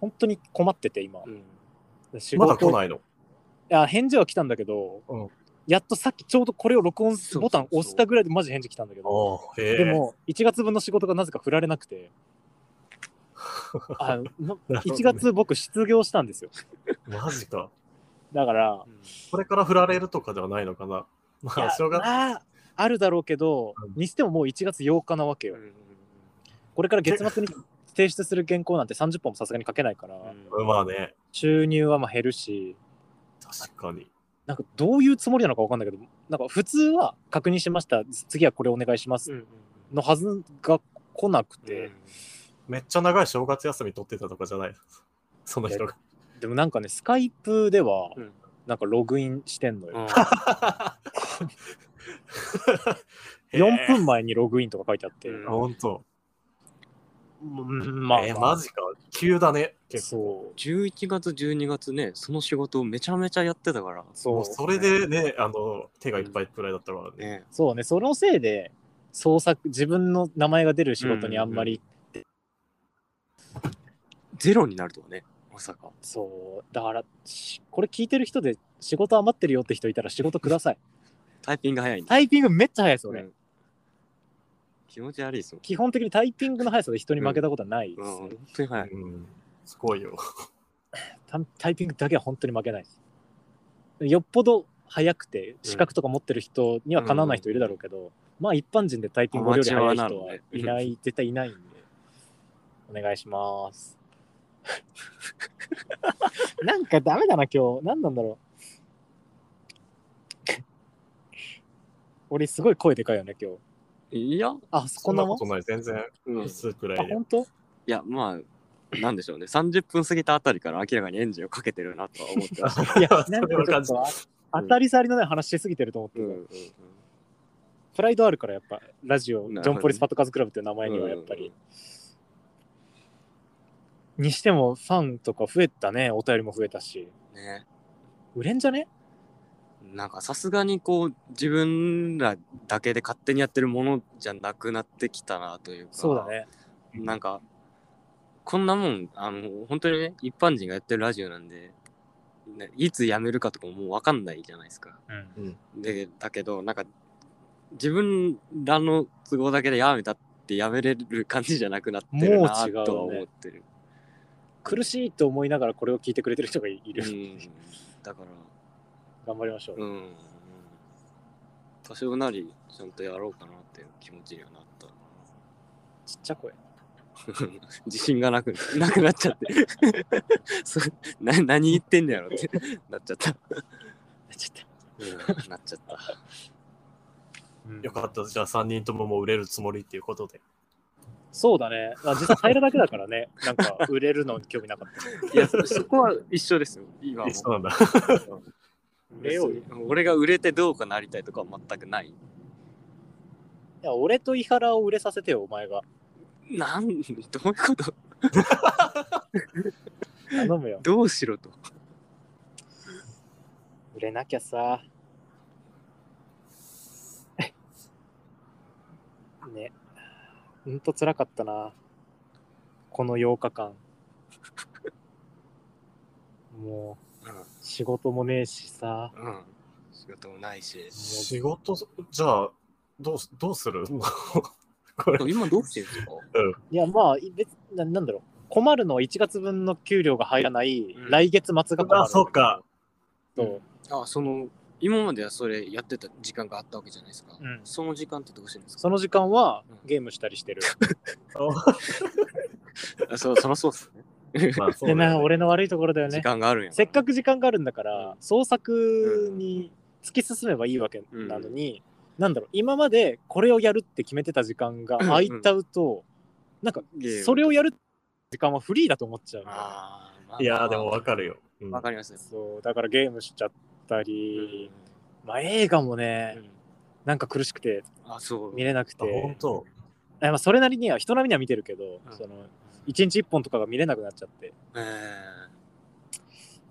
S1: 本当に困ってて今
S3: う、ん
S1: 仕
S2: まだ来
S1: い
S2: ないの。
S1: や返事は来たんだけど、
S2: うん
S1: やっとさっきちょうどこれを録音
S3: そうそうそう
S1: ボタン押したぐらいでマジ返事来たんだけど
S2: ああ、へえ。
S1: でも1月分の仕事がなぜか振られなくて あの
S2: なるほどね
S1: 1月僕失業したんですよ
S2: マジか。
S1: だから
S3: うん
S2: これから振られるとかではないのかな。まあ、しょうがない。
S1: ああるだろうけど
S2: うん
S1: にしてももう1月8日なわけよ
S3: うん
S1: これから月末に提出する原稿なんて30本もさすがに書けないから
S3: うん
S2: まあね、
S1: 収入はまあ減るし
S2: 確かに。
S1: なんかどういうつもりなのか分かんないけどなんか普通は確認しました次はこれお願いします
S3: うん
S1: のはずが来なくて、
S2: めっちゃ長い正月休み取ってたとかじゃない。その人が。
S1: でもなんかねスカイプでは
S3: うん
S1: なんかログインしてんのよ、
S3: うん
S2: へえ
S1: 4分前にログインとか書いてあって、
S3: うん
S2: あ、本当。
S1: うんまあ、
S2: えーマジか。急だね。結
S1: そ
S2: 構。
S1: う
S3: 11月12月ねその仕事をめちゃめちゃやってたから
S1: そ
S2: も
S1: う
S2: うそれでね、あの、手がいっぱいくらいだったからね。
S3: ね
S1: そうねそのせいで創作自分の名前が出る仕事にあんまり、
S3: ゼロになるとはねまさか
S1: そうだからしこれ聞いてる人で仕事余ってるよって人いたら仕事ください
S3: タイピング早いんだ
S1: タイピングめっちゃ速いです俺、
S3: うん気持ち悪いですもん
S1: 基本的にタイピングの速さで人に負けたことはないです、
S3: うん本当に早い
S2: うん。すごいよ。
S1: タタイピングだけは本当に負けないですよっぽど速くて資格とか持ってる人にはかなわない人いるだろうけど、まあ一般人でタイピングより速い人はいない、絶対いないんでお願いし ます。なんかダメだな、今日。何なんだろう。俺、すごい声でかいよね、今日。
S3: いや、
S1: あ、そ
S2: そ
S1: こ
S2: ん
S1: な
S2: な
S1: も
S2: こ
S1: ん
S2: とない、全然、
S3: うん、い
S2: 薄くら
S1: あ、
S2: いで。
S1: 本当
S3: や、まあ、なんでしょうね。30分過ぎたあたりから明らかにエンジンをかけてるなとは思ってまし た。
S1: いや、
S2: そ
S1: な
S2: れ
S1: んか
S2: は
S1: ちょ
S2: 感
S1: っ
S2: じ
S1: と
S2: た
S1: あ当たり障りのない話しすぎてると思って
S3: う
S1: る、
S3: んうんうん
S1: プライドあるから、やっぱ、ラジオ、ジ
S3: なるほどね
S1: ョン・ポリス・パッド・カズ・クラブっていう名前にはやっぱり。
S3: うん
S1: にしても、ファンとか増えたね、お便りも増えたし。
S3: ね、
S1: 売れんじゃね
S3: なんかさすがにこう自分らだけで勝手にやってるものじゃなくなってきたなというか
S1: そうだね。
S3: なんかこんなもんあの本当にね一般人がやってるラジオなんで、ね、いつやめるかとかももう分かんないじゃないですか
S1: うん
S3: でだけどなんか自分らの都合だけでやめたってやめれる感じじゃなくなってるな
S1: もう違うね
S3: とは思ってる
S1: 苦しいと思いながらこれを聞いてくれてる人がいる。
S3: うんだから
S1: 頑張りましょう。
S3: うんうん多少なりちゃんとやろうかなっていう気持ちにはなった
S1: ちっちゃい声。
S3: 自信がなくなくなっちゃ ってそな何言ってんだやろってなっちゃった、
S1: なっちゃっ
S3: うん、なっちゃった
S1: た。
S2: よかった、じゃあ3人とももう売れるつもりっていうことで。
S1: そうだね。あ実際入るだけだからね。なんか売れるのに興味なかった。
S3: いやそそこは一緒ですよ今も
S2: そうなんだ。
S1: 売れようよ。い
S3: 俺が売れてどうかなりたいとかは全くない
S1: や、俺と伊原を売れさせてよ、お前が。
S3: なんどういうこと
S1: 頼むよ。
S3: どうしろと
S1: 売れなきゃさ。 ね。ほんと辛かったな。この8日間。 もう、仕事もねえしさ。
S3: うん、うん、仕事もないし
S2: 仕事、じゃあ、どうすどうするのこれ、
S3: 今どうしてるんですか
S1: いや、まあ、い別ななんだろう。困るのは1月分の給料が入らない、
S3: うん
S1: 来月末が困る。
S2: あそうか。
S1: そう。
S3: あその今まではそれやってた時間があったわけじゃないですか、
S1: うん
S3: その時間ってどうしてるんですか
S1: その時間は
S3: うん
S1: ゲームしたり してる。
S3: あそうそりゃそうっすね
S2: まあ、そう
S1: で
S2: だよ
S1: な、
S2: ね
S1: 俺の悪いところだよ
S3: 時
S1: ね。
S3: 間があるんや
S1: せっか
S3: く
S1: く時間があるんだから、創作に突き進めばいいわけ
S3: うん
S1: なのに、なんだろう、今までこれをやるって決めてた時間が空いたうと、なんか、それをやる時間はフリーだと思っちゃうんだよね
S3: あーまあまあ
S2: いやー、でもわかるよ。うん
S3: わかりますよ、
S1: そう、だからゲームしちゃったり、まあ映画もね、
S3: うん
S1: なんか苦しくて
S3: あそう
S1: 見れなく
S2: あ本
S1: て、
S2: 当
S1: あまあ、それなりには人並みには見てるけど、
S3: うん
S1: その1日1本とかが見れなくなっちゃって
S3: え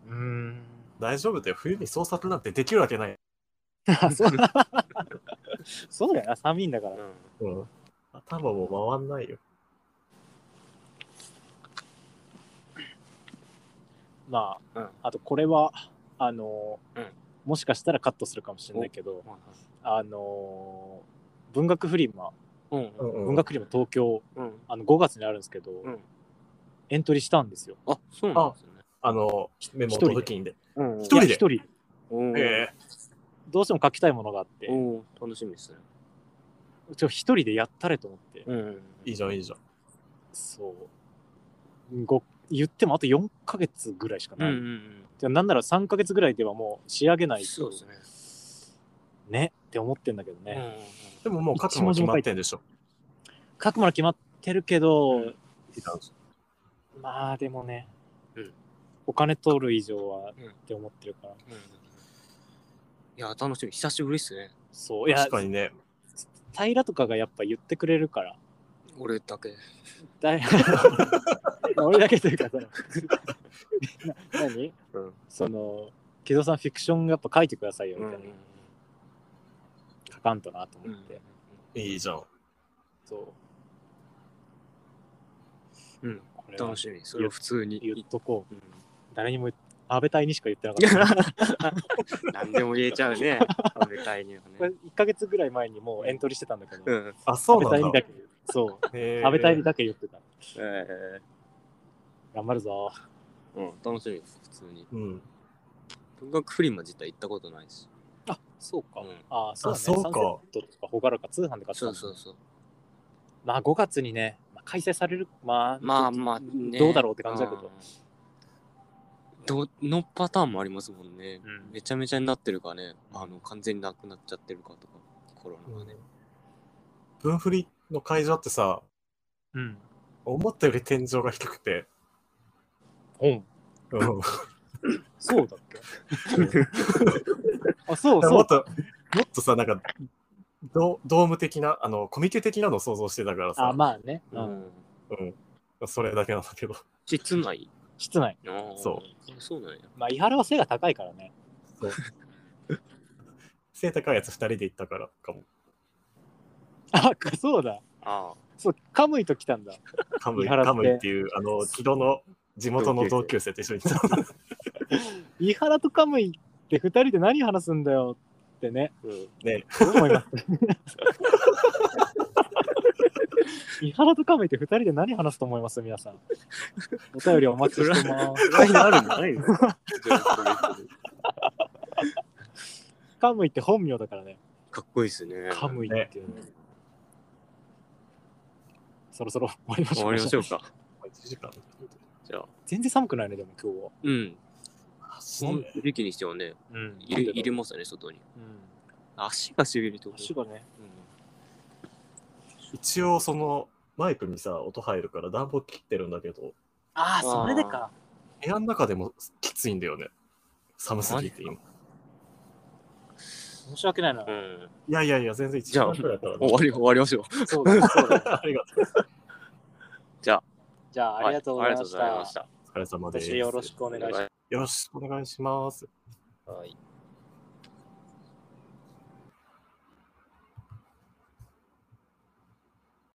S1: うーん
S2: 大丈夫だよ。冬に創作なんてできるわけない。
S1: あそうそうだよな寒いんだから
S3: ーうん
S2: うん、頭も回んないよ。
S1: まあ、
S3: うん
S1: あとこれはあの、
S3: うん
S1: もしかしたらカットするかもしれないけどあの文学フリマ
S3: うんうん
S1: 文学フリマ東京
S3: うん
S1: あの5月にあるんですけど、
S3: うん
S1: エントリーしたんですよ
S3: あそうなんですよね
S2: あの、メモの時にで。
S3: うん
S2: 一人で
S1: いや一人
S3: おー
S2: え
S1: どうしても書きたいものがあって
S3: おー楽しみですね
S1: ちょ一人でやったれと思って、
S3: うん
S2: えいいじゃん、いいじゃん。
S1: そう。ご言ってもあと4ヶ月ぐらいしか
S3: うん
S1: ない。
S3: うんうん
S1: じゃあなんなら3ヶ月ぐらいではもう仕上げないと。
S3: そうですね
S1: ねって思ってんだけど
S3: うんう
S1: ね。
S3: んうん
S2: でももう書くのも決まってんでしょ。
S1: 書くもの決まってるけど、
S3: うん
S2: いいじゃん
S1: まあでもね、
S3: うん
S1: お金取る以上は
S3: うん
S1: って思ってるから。
S3: うんうんいや楽しみ久しぶりっすね
S1: そう。いや
S2: 確、かにね。
S1: 平とかがやっぱ言ってくれるから。
S3: 俺だけ
S1: だい俺だけというかそのな何
S3: うん
S1: その、木戸さんフィクションやっぱ書いてくださいよみたいな。書かんとなと思って。
S2: いいじゃん。
S1: そう。
S3: うん
S1: これは
S3: 楽しみそれを普通
S1: 言
S3: に
S1: っとこう。
S3: うん
S1: 誰にも安倍隊にしか言ってなかった。
S3: 何でも言えちゃう ね。食べたいには
S1: これ
S3: ね。
S1: 1ヶ月ぐらい前にもうエントリーしてたんだけど、
S3: うん。
S2: あ、そう
S1: 安倍隊
S2: なん
S1: にだ
S2: だ。
S1: け、そう、
S2: へー
S1: 安倍隊にだけ言ってた。
S3: え
S1: 頑張るぞ。
S3: ー、うん、楽しみです、普通に。
S2: うん。
S3: 文学フリマ自体行ったことないし。
S1: あ、そうか。
S3: うん
S1: あ、そうだね。
S2: そうか
S1: サンセットとかほがらか通販で買った
S3: そ
S1: もん
S3: う
S1: ね
S3: そうそう。
S1: まあ5月にね、まあ、開催されるまあ
S3: まあまあ、ね、
S1: どうだろうって感じだけど
S3: うんどのパターンもありますもんね、
S1: うん
S3: めちゃめちゃになってるかねあの完全になくなっちゃってるかとかコロナがね、
S2: 分振りの会場ってさ、
S1: うん
S2: 思ったより天井が低くて、
S1: うん
S2: うん、
S1: そうだっけ あそう
S2: も
S1: そ
S2: っと、もっとさ、なんか、ドドーム的な、あの、コミケ的なのを想像してたから
S1: うあ
S2: さ、
S1: まあね、う、
S3: うんん
S2: うん、それだけなんだけど、
S3: 室内
S1: 室内
S3: あー
S2: そ
S3: そうなんや
S1: まあ伊原は背が高いからね
S2: 背高いやつ2人で行ったからかも。
S1: あそうだ
S3: あ
S1: そうカムイと来たんだ
S2: カムイ
S1: 井原って
S2: カムイっていう、あの、木戸の地元の同級生と一緒に行った。
S1: 伊原とカムイって2人で何話すんだよってね、
S2: ね
S1: どう思い ます伊原とカムイって2人で何話すと思います皆さんお便りお待ち してます
S3: あ意外にあるんじゃないですか
S1: カムイって本名だからね
S3: かっこいいですね
S1: カムイっていうの、そろそろ終わりまし
S3: 終
S1: ょ
S3: わ
S1: う
S3: りましょうか
S2: 1時間
S3: じゃあ
S1: 全然寒くないねでも今日は
S3: うん
S2: あそ
S3: こ
S2: う
S3: の
S2: ね
S3: 時期にしてはね
S1: うん
S3: 入れ入れますよね外に
S1: うん
S3: 足がしびれて
S1: 足がね
S2: 一応、その、マイクにさ、音入るから暖房切ってるんだけど、
S1: ああ
S3: それでか
S2: 部屋の中でもきついんだよね。寒すぎて今。
S1: 申し訳ないな、
S3: うん、うん、
S2: いやいやいや、全然1時間くらいだった
S3: 終わり終わりましょう
S1: そうだそう だ
S2: ら。ありがとう。
S1: じゃあありがとうございました、
S3: はありがとうございました
S2: お疲れ様
S1: 今
S2: です。
S1: 年よろしくお願いします
S2: よろしくお願いします。
S3: はい